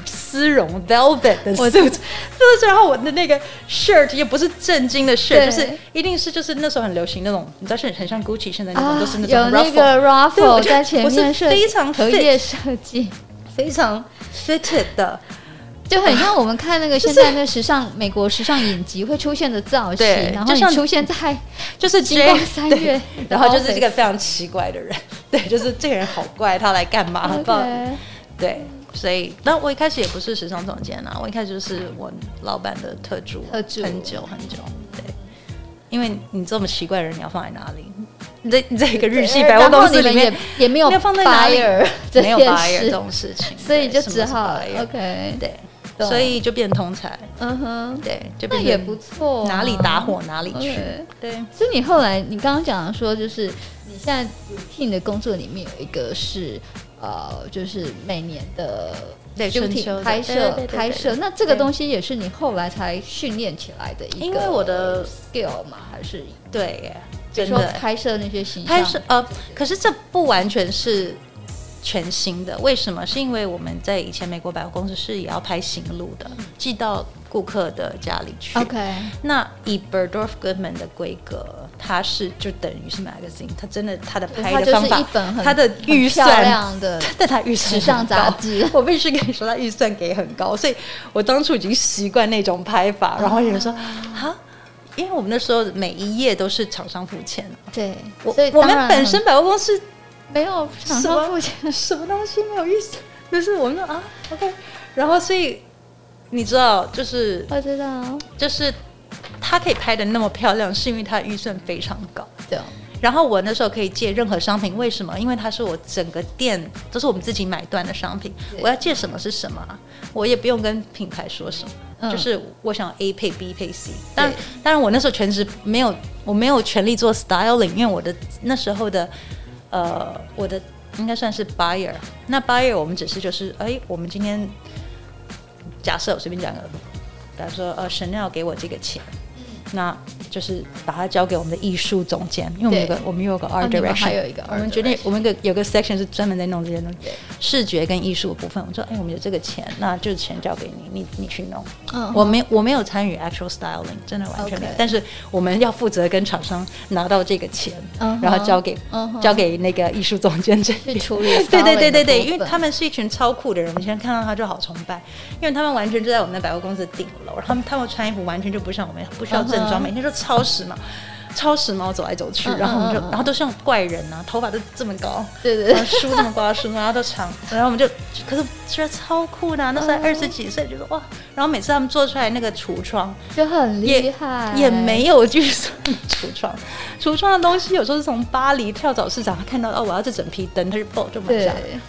[SPEAKER 2] 丝绒 velvet 的 suit，就是 然后我的那个 shirt 也不是正经的 shirt，
[SPEAKER 1] 对
[SPEAKER 2] 就是一定是就是那时候很流行那种，你知道是很像 Gucci 现在那种，都是那种
[SPEAKER 1] 啊有
[SPEAKER 2] ruffle,
[SPEAKER 1] 那个
[SPEAKER 2] 对我
[SPEAKER 1] ruffle
[SPEAKER 2] 就
[SPEAKER 1] 在前
[SPEAKER 2] 我是
[SPEAKER 1] 面设
[SPEAKER 2] 非常
[SPEAKER 1] 荷
[SPEAKER 2] fit
[SPEAKER 1] 叶设计，
[SPEAKER 2] 非常 fitted 的，
[SPEAKER 1] 就很像我们看那个现在那时尚美国时尚影集会出现的造型，
[SPEAKER 2] 对
[SPEAKER 1] 然后
[SPEAKER 2] 就
[SPEAKER 1] 你
[SPEAKER 2] 像
[SPEAKER 1] 出现在
[SPEAKER 2] 就是
[SPEAKER 1] 金光
[SPEAKER 2] J-
[SPEAKER 1] 三
[SPEAKER 2] 对
[SPEAKER 1] 月，
[SPEAKER 2] 然后就是这个非常奇怪的人，对，就是这个人好怪，他来干嘛？不知道
[SPEAKER 1] OK，
[SPEAKER 2] 对，所以那我一开始也不是时尚总监啊，我一开始就是我老板的特助，
[SPEAKER 1] 特助
[SPEAKER 2] 很久很久，对，因为你这么奇怪的人，你要放在哪里？你在你在一个日系百货公司里面
[SPEAKER 1] 呃然后你们也也没有
[SPEAKER 2] 要放在哪里
[SPEAKER 1] buyer 这
[SPEAKER 2] 没有
[SPEAKER 1] 件
[SPEAKER 2] buyer 这
[SPEAKER 1] 事，
[SPEAKER 2] 种事情，
[SPEAKER 1] 所以
[SPEAKER 2] 对
[SPEAKER 1] 就
[SPEAKER 2] 什么
[SPEAKER 1] 只
[SPEAKER 2] 是
[SPEAKER 1] 好
[SPEAKER 2] buyer，
[SPEAKER 1] OK，
[SPEAKER 2] 对，
[SPEAKER 1] 懂
[SPEAKER 2] 所以就变通才，
[SPEAKER 1] 嗯哼，
[SPEAKER 2] 对，就
[SPEAKER 1] 那
[SPEAKER 2] 变成
[SPEAKER 1] 也不错啊，
[SPEAKER 2] 哪里打火哪里去
[SPEAKER 1] OK，
[SPEAKER 2] 对，
[SPEAKER 1] 所以你后来，你刚刚讲的说，就是你现在 routine 的工作里面有一个是呃，就是每年的
[SPEAKER 2] 对
[SPEAKER 1] shooting
[SPEAKER 2] 春秋的
[SPEAKER 1] 拍
[SPEAKER 2] 对
[SPEAKER 1] 摄
[SPEAKER 2] 对对对对
[SPEAKER 1] 拍摄，那这个
[SPEAKER 2] 对
[SPEAKER 1] 东西也是你后来才训练起来的一个，
[SPEAKER 2] 因为我的
[SPEAKER 1] skill 嘛，还是
[SPEAKER 2] 对耶，
[SPEAKER 1] 比如
[SPEAKER 2] 真
[SPEAKER 1] 说
[SPEAKER 2] 的
[SPEAKER 1] 拍摄那些形象
[SPEAKER 2] 拍摄呃，可是这不完全是全新的，为什么？是因为我们在以前美国百货公司是也要拍行路的，寄到顾客的家里去。
[SPEAKER 1] 嗯，OK，
[SPEAKER 2] 那以 Berdorf Goodman 的规格，它是就等于是 magazine，它真的它的
[SPEAKER 1] 它
[SPEAKER 2] 拍
[SPEAKER 1] 就是
[SPEAKER 2] 的方
[SPEAKER 1] 一
[SPEAKER 2] 法，
[SPEAKER 1] 本很
[SPEAKER 2] 它的预算
[SPEAKER 1] 很漂 亮的
[SPEAKER 2] 但它预
[SPEAKER 1] 时
[SPEAKER 2] 算
[SPEAKER 1] 尚杂志
[SPEAKER 2] 很 高，我必须跟你说，它预算给很高，所以我当初已经习惯那种拍法，然后有人说啊。因为我们那时候每一页都是厂商付钱的，
[SPEAKER 1] 对，
[SPEAKER 2] 我
[SPEAKER 1] 所以
[SPEAKER 2] 我
[SPEAKER 1] 当
[SPEAKER 2] 们
[SPEAKER 1] 然
[SPEAKER 2] 本身百货公司
[SPEAKER 1] 没有厂
[SPEAKER 2] 什么
[SPEAKER 1] 商付钱，
[SPEAKER 2] 什么东西没有意思， 就是我们说啊，OK，然后所以你知道，就是
[SPEAKER 1] 我知道，啊
[SPEAKER 2] 就是他可以拍的那么漂亮，是因为他预算非常高。
[SPEAKER 1] 对，
[SPEAKER 2] 然后我那时候可以借任何商品，为什么？因为它是我整个店都是我们自己买断的商品
[SPEAKER 1] 对，
[SPEAKER 2] 我要借什么是什么啊、我也不用跟品牌说什么。
[SPEAKER 1] 嗯
[SPEAKER 2] 就是我想 A 配 B 配 C，当然，当然我那时候全职没有，我没有权利做 styling，因为我的那时候的，呃，我的应该算是 buyer。那 buyer 我们只是就是，哎，我们今天
[SPEAKER 1] 嗯
[SPEAKER 2] 假设我随便讲个，比如说呃 Chanel 给我这个钱，那就是把它交给我们的艺术总监，因为我们有个我们有个 art
[SPEAKER 1] 哦你们
[SPEAKER 2] direction，、
[SPEAKER 1] 还有一个 art
[SPEAKER 2] 我们决定我们有个有个 section 是专门在弄这些东西
[SPEAKER 1] 对，
[SPEAKER 2] 视觉跟艺术的部分。我说，哎，我们有这个钱，那就钱交给你，你你去弄。
[SPEAKER 1] 嗯
[SPEAKER 2] 我没我没有参与 actual styling，真的完全没有
[SPEAKER 1] OK
[SPEAKER 2] 但是我们要负责跟厂商拿到这个钱
[SPEAKER 1] 嗯哼
[SPEAKER 2] 然后交给、
[SPEAKER 1] 嗯哼
[SPEAKER 2] 交给那个艺术总监这
[SPEAKER 1] 去处理
[SPEAKER 2] 对对对
[SPEAKER 1] styling 的
[SPEAKER 2] 对对，
[SPEAKER 1] 部
[SPEAKER 2] 因为
[SPEAKER 1] 分
[SPEAKER 2] 他们是一群超酷的人，我现在看到他就好崇拜，因为他们完全就在我们的百货公司的顶楼，然后他们他们穿衣服完全就不像我们，不需要正
[SPEAKER 1] 嗯
[SPEAKER 2] 装
[SPEAKER 1] 哼
[SPEAKER 2] 每天就超时髦。超时髦走来走去
[SPEAKER 1] 嗯，
[SPEAKER 2] 然后我们就
[SPEAKER 1] 嗯嗯，嗯
[SPEAKER 2] 然后都像怪人啊，头发都这么高，
[SPEAKER 1] 对对对
[SPEAKER 2] 然后梳呃这么高，梳然后都长， 然后我们就，可是觉得超酷的啊、那时候
[SPEAKER 1] 嗯
[SPEAKER 2] 二十几岁，觉得哇，然后每次他们做出来那个橱窗，
[SPEAKER 1] 就很厉
[SPEAKER 2] 也
[SPEAKER 1] 害，
[SPEAKER 2] 也没有去算橱窗， 橱窗的东西有时候是从巴黎跳蚤市场看到哦，我要这整批灯，他就哦爆就买
[SPEAKER 1] 对。
[SPEAKER 2] 下来，
[SPEAKER 1] 哎、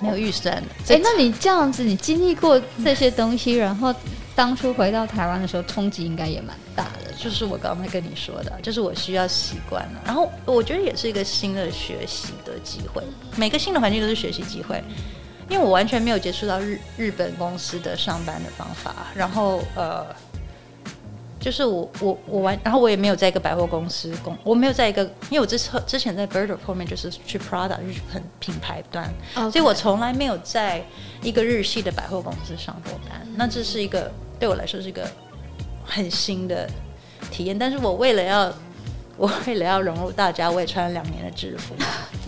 [SPEAKER 2] 没有预算的。
[SPEAKER 1] 那你这样子，你经历过这些东西，然后当初回到台湾的时候，冲击应该也蛮大的。
[SPEAKER 2] 就是我刚才跟你说的，就是我需要习惯了。然后我觉得也是一个新的学习的机会，每个新的环境都是学习机会。因为我完全没有接触到日日本公司的上班的方法，然后呃，就是我我我完，然后我也没有在一个百货公司工，我没有在一个，因为我之前之前在 Bird 后面就是去 Prada 日本品牌端，
[SPEAKER 1] 哦，
[SPEAKER 2] 所以我从来没有在一个日系的百货公司上过班。那这是一个对我来说是一个很新的体验，但是我为了要 我为了要融入大家，我也穿了两年的制服。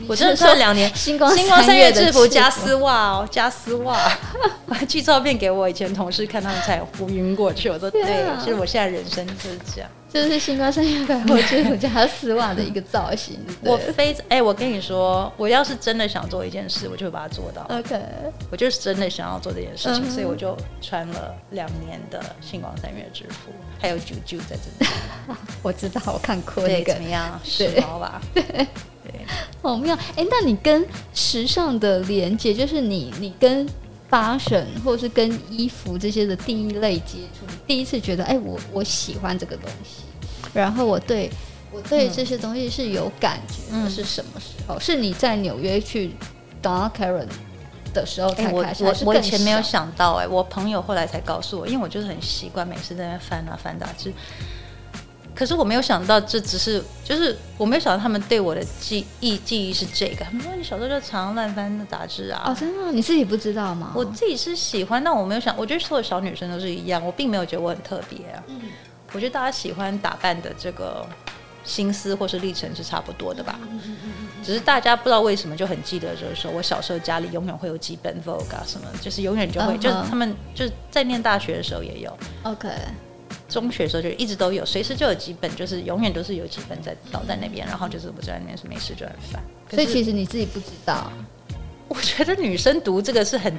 [SPEAKER 2] 我真的穿了两年
[SPEAKER 1] 星光
[SPEAKER 2] 星光
[SPEAKER 1] 三
[SPEAKER 2] 三
[SPEAKER 1] 月
[SPEAKER 2] 月
[SPEAKER 1] 的
[SPEAKER 2] 制服
[SPEAKER 1] 制
[SPEAKER 2] 加
[SPEAKER 1] 服
[SPEAKER 2] 丝袜哦， 加丝袜。我还寄照片给我以前同事看，他们才浮云过去。我说对
[SPEAKER 1] 天啊，
[SPEAKER 2] 其实我现在人生就是这样。
[SPEAKER 1] 就是星光三月百货 制服加丝袜的一个造型。对
[SPEAKER 2] 我非哎、我跟你说，我要是真的想做一件事，我就会把它做到。
[SPEAKER 1] OK，
[SPEAKER 2] 我就是真的想要做这件事情，
[SPEAKER 1] 呃嗯
[SPEAKER 2] 所以我就穿了两年的星光三月制服，还有啾啾在这里。
[SPEAKER 1] 我知道，我看过 那
[SPEAKER 2] 对，
[SPEAKER 1] 个
[SPEAKER 2] 怎么样？时
[SPEAKER 1] 对
[SPEAKER 2] 髦吧？对对，
[SPEAKER 1] 好妙。哎、那你跟时尚的连接，就是你你跟 fashion 或者是跟衣服这些的第一类接触，你第一次觉得哎、我我喜欢这个东西，然后我对我对这些东西是有感觉的，
[SPEAKER 2] 嗯
[SPEAKER 1] 是什么时候？是你在纽约去 Donna Karen 的时候才
[SPEAKER 2] 哎我
[SPEAKER 1] 开始，还
[SPEAKER 2] 我
[SPEAKER 1] 是
[SPEAKER 2] 我以
[SPEAKER 1] 更
[SPEAKER 2] 前没有
[SPEAKER 1] 小
[SPEAKER 2] 想到哎、我朋友后来才告诉我，因为我就是很习惯每次在那边翻啊翻杂志，可是我没有想到这只是就是我没有想到他们对我的记忆记忆是这个，他们说哎你小时候就常乱翻的杂志啊，
[SPEAKER 1] 哦，真的吗哦你自己不知道吗？
[SPEAKER 2] 我自己是喜欢，但我没有想，我觉得所有小女生都是一样，我并没有觉得我很特别啊。
[SPEAKER 1] 哦
[SPEAKER 2] 我觉得大家喜欢打扮的这个心思或是历程是差不多的
[SPEAKER 1] 嗯
[SPEAKER 2] 吧。只是大家不知道为什么就很记得，就是说我小时候家里永远会有几本 Vogue 啊什么，就是永远就会
[SPEAKER 1] 嗯哼
[SPEAKER 2] 就是他们就是在念大学的时候也有，
[SPEAKER 1] OK，
[SPEAKER 2] 嗯中学的时候就一直都有，随时就有几本，就是永远都是有几本在倒在那边，然后就是我在那边是没事就很烦。
[SPEAKER 1] 所以
[SPEAKER 2] 可
[SPEAKER 1] 其
[SPEAKER 2] 是
[SPEAKER 1] 实你自己不知道，
[SPEAKER 2] 我觉得女生读这个是很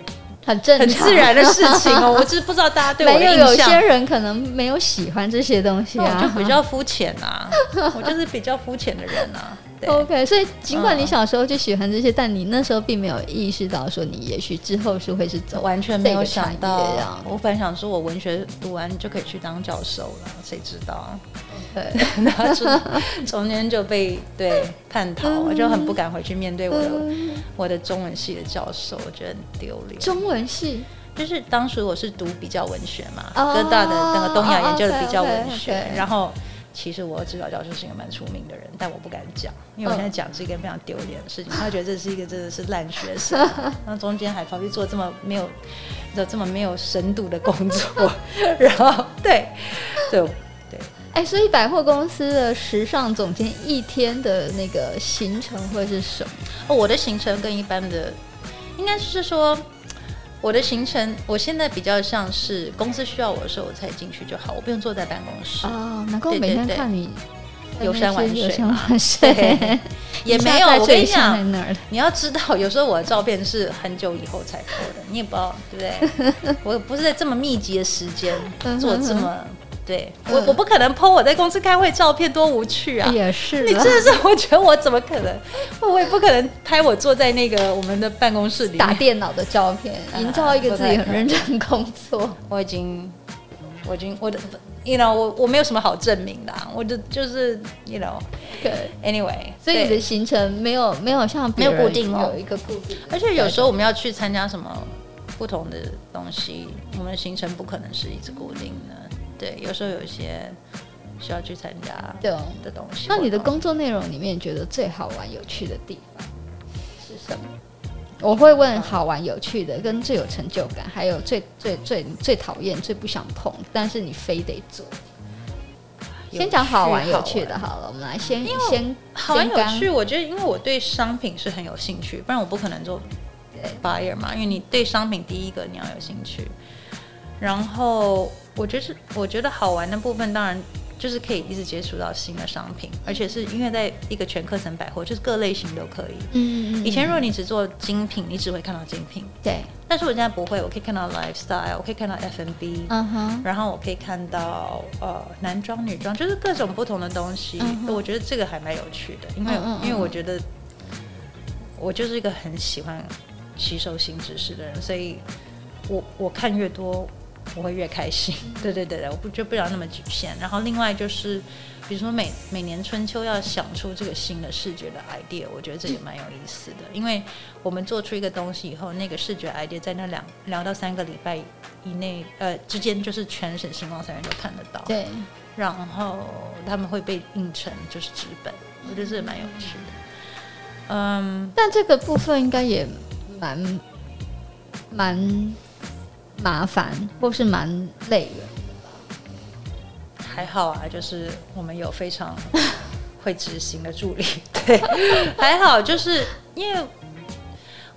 [SPEAKER 1] 很正
[SPEAKER 2] 很
[SPEAKER 1] 常，
[SPEAKER 2] 自然的事情哦，我只是不知道大家对我
[SPEAKER 1] 没
[SPEAKER 2] 的
[SPEAKER 1] 有
[SPEAKER 2] 印
[SPEAKER 1] 有些
[SPEAKER 2] 象。
[SPEAKER 1] 人可能没有喜欢这些东西
[SPEAKER 2] 那
[SPEAKER 1] 啊，
[SPEAKER 2] 我 就比较肤浅啊，我就是比较肤浅的人啊。对，
[SPEAKER 1] OK，所以尽管你
[SPEAKER 2] 嗯
[SPEAKER 1] 小时候就喜欢这些，但你那时候并没有意识到说你也许之后是会是走
[SPEAKER 2] 完全没有想
[SPEAKER 1] 这
[SPEAKER 2] 到
[SPEAKER 1] 个产业啊，
[SPEAKER 2] 我本来想说我文学读完就可以去当教授了，谁知 道？啊
[SPEAKER 1] 对，
[SPEAKER 2] 然后就中间就被对叛逃，我就很不敢回去面对我的
[SPEAKER 1] 嗯
[SPEAKER 2] 我的中文系的教授，我觉得很丢脸。
[SPEAKER 1] 中文系
[SPEAKER 2] 就是当时我是读比较文学嘛，
[SPEAKER 1] 哦
[SPEAKER 2] 哥大的那个东亚研究的比较文学，
[SPEAKER 1] 哦，OK，OK，OK
[SPEAKER 2] 然后其实我指导教授是一个蛮出名的人，但我不敢讲，因为我现在讲是一个非常丢脸的事情，他觉得这是一个真的是烂学生， 然后中间还跑去做这么没有的这么没有深度的工作， 然后对对对，
[SPEAKER 1] 哎、所以百货公司的时尚总监一天的那个行程会是什么？
[SPEAKER 2] 哦我的行程跟一般的，应该是说。我的行程，我现在比较像是公司需要我的时候我才进去就好，我不用坐在办公室。
[SPEAKER 1] 哦，难怪我
[SPEAKER 2] 对
[SPEAKER 1] 每
[SPEAKER 2] 对
[SPEAKER 1] 天
[SPEAKER 2] 对
[SPEAKER 1] 看你
[SPEAKER 2] 游山玩水
[SPEAKER 1] 游
[SPEAKER 2] 嘛
[SPEAKER 1] 山玩水
[SPEAKER 2] 对， 也
[SPEAKER 1] 一
[SPEAKER 2] 没
[SPEAKER 1] 下
[SPEAKER 2] 有。
[SPEAKER 1] 在
[SPEAKER 2] 我
[SPEAKER 1] 这
[SPEAKER 2] 跟
[SPEAKER 1] 里
[SPEAKER 2] 你
[SPEAKER 1] 一下在
[SPEAKER 2] 讲，
[SPEAKER 1] 那儿的，
[SPEAKER 2] 你要知道，有时候我的照片是很久以后才拍的，你也不知道，对不对？ 我不是在这么密集的时间
[SPEAKER 1] 嗯
[SPEAKER 2] 做
[SPEAKER 1] 哼
[SPEAKER 2] 这
[SPEAKER 1] 哼
[SPEAKER 2] 么，对
[SPEAKER 1] 嗯
[SPEAKER 2] 我我不可能 PO 我在公司开会照片，多无趣啊！
[SPEAKER 1] 也哎是
[SPEAKER 2] 你
[SPEAKER 1] 啦
[SPEAKER 2] 真的是，我觉得我怎么可能？我也不可能拍我坐在那个我们的办公室里
[SPEAKER 1] 打
[SPEAKER 2] 面。
[SPEAKER 1] 电脑的照片，
[SPEAKER 2] 啊
[SPEAKER 1] 营造一个
[SPEAKER 2] 不
[SPEAKER 1] 自
[SPEAKER 2] 太
[SPEAKER 1] 己很
[SPEAKER 2] 可
[SPEAKER 1] 认真工作。
[SPEAKER 2] 我已经，我已经，我的，you know，我我没有什么好证明的啊、我的就是，you know，anyway，
[SPEAKER 1] 对，所以你的行程没有没有像别
[SPEAKER 2] 没有
[SPEAKER 1] 人
[SPEAKER 2] 固定哦
[SPEAKER 1] 有一个固定的，
[SPEAKER 2] 而且有时候我们要去参加什么不同的东西，我们的行程不可能是一直固定的。对，有时候有一些需要去参加
[SPEAKER 1] 对哦。
[SPEAKER 2] 的东西。
[SPEAKER 1] 那你的
[SPEAKER 2] 活动
[SPEAKER 1] 工作内容里面，你觉得最好玩、有趣的地方是什么？我会问好玩、有趣的，跟最有成就感，还有最最最最讨厌、最不想碰，但是你非得做。
[SPEAKER 2] 有
[SPEAKER 1] 先讲好玩、有趣
[SPEAKER 2] 玩
[SPEAKER 1] 的好了，我们来先
[SPEAKER 2] 因为
[SPEAKER 1] 先
[SPEAKER 2] 好玩
[SPEAKER 1] 先
[SPEAKER 2] 有
[SPEAKER 1] 刚
[SPEAKER 2] 趣，我觉得因为我对商品是很有兴趣，不然我不可能做 buyer 嘛。因为你对商品第一个你要有兴趣，然后我觉得是我觉得好玩的部分，当然就是可以一直接触到新的商品，而且是因为在一个全课程百货，就是各类型都可以。
[SPEAKER 1] 嗯，嗯
[SPEAKER 2] 以前如
[SPEAKER 1] 嗯
[SPEAKER 2] 果你只做精品，你只会看到精品，
[SPEAKER 1] 对，
[SPEAKER 2] 但是我现在不会，我可以看到 lifestyle，我可以看到 F&B，、
[SPEAKER 1] 嗯哼，
[SPEAKER 2] 然后我可以看到呃男装、女装，就是各种不同的东西。
[SPEAKER 1] 嗯哼
[SPEAKER 2] 我觉得这个还蛮有趣的，因为、
[SPEAKER 1] 嗯嗯嗯
[SPEAKER 2] 因为我觉得我就是一个很喜欢吸收新知识的人，所以我我看越多。我会越开心，对对对对，我不就不要那么局限。然后另外就是，比如说每每年春秋要想出这个新的视觉的 idea，我觉得这也蛮有意思的，因为我们做出一个东西以后，那个视觉 idea 在那两两到三个礼拜以内，呃，之间就是全省星光三人都看得到，
[SPEAKER 1] 对，
[SPEAKER 2] 然后他们会被印成就是纸本，我觉得这蛮有趣的。嗯，
[SPEAKER 1] 但这个部分应该也蛮蛮麻烦，或是蛮累的。
[SPEAKER 2] 还好啊，就是我们有非常 会执行的助理， 对，还好，就是因为。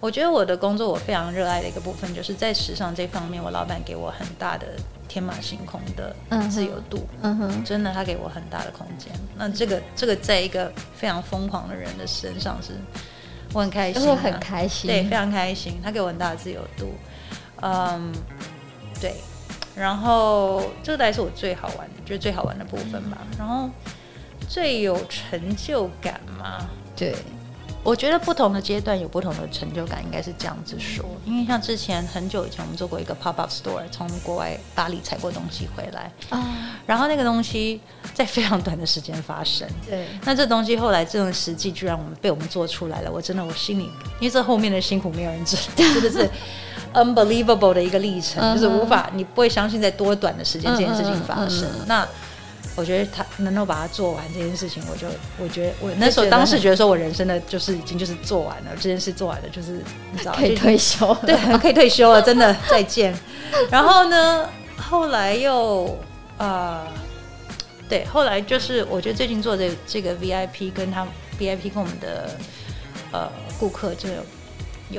[SPEAKER 2] 我觉得我的工作我非常热爱的一个部分，就是在时尚这方面，我老板给我很大的天马行空的
[SPEAKER 1] 嗯哼
[SPEAKER 2] 自由度。
[SPEAKER 1] 嗯哼，
[SPEAKER 2] 真的，他给我很大的空间。那这个这个，在一个非常疯狂的人的身上是，我很开
[SPEAKER 1] 就
[SPEAKER 2] 心、啊，
[SPEAKER 1] 会很开心。
[SPEAKER 2] 对，非常开心。他给我很大的自由度，嗯，对。然后这个大概是我最好玩的，就是最好玩的部分吧。然后最有成就感嘛，
[SPEAKER 1] 对，
[SPEAKER 2] 我觉得不同的阶段有不同的成就感，应该是这样子说。因为像之前很久以前，我们做过一个 pop up store，从国外巴黎采过东西回来，
[SPEAKER 1] 啊，
[SPEAKER 2] 然后那个东西在非常短的时间发生。
[SPEAKER 1] 对，
[SPEAKER 2] 那这东西后来这种实际居然我们被我们做出来了，我真的我心里，因为这后面的辛苦没有人 知道，真的是 unbelievable 的一个历程，
[SPEAKER 1] 嗯哼
[SPEAKER 2] 就是无法你不会相信在多短的时间
[SPEAKER 1] 嗯
[SPEAKER 2] 这件事情发生。
[SPEAKER 1] 嗯嗯嗯
[SPEAKER 2] 那我觉得他能够把它做完这件事情，我就我觉得我那时
[SPEAKER 1] 就
[SPEAKER 2] 候
[SPEAKER 1] 觉得
[SPEAKER 2] 当时觉得说我人生的就是已经就是做完了这件事做完了，就是你知道
[SPEAKER 1] 可以
[SPEAKER 2] 就
[SPEAKER 1] 退休了。
[SPEAKER 2] 对，可以退休了，真的再见。然后呢，后来又呃，对，后来就是我觉得最近做的这个 VIP 跟他 VIP 跟我们的呃顾客就有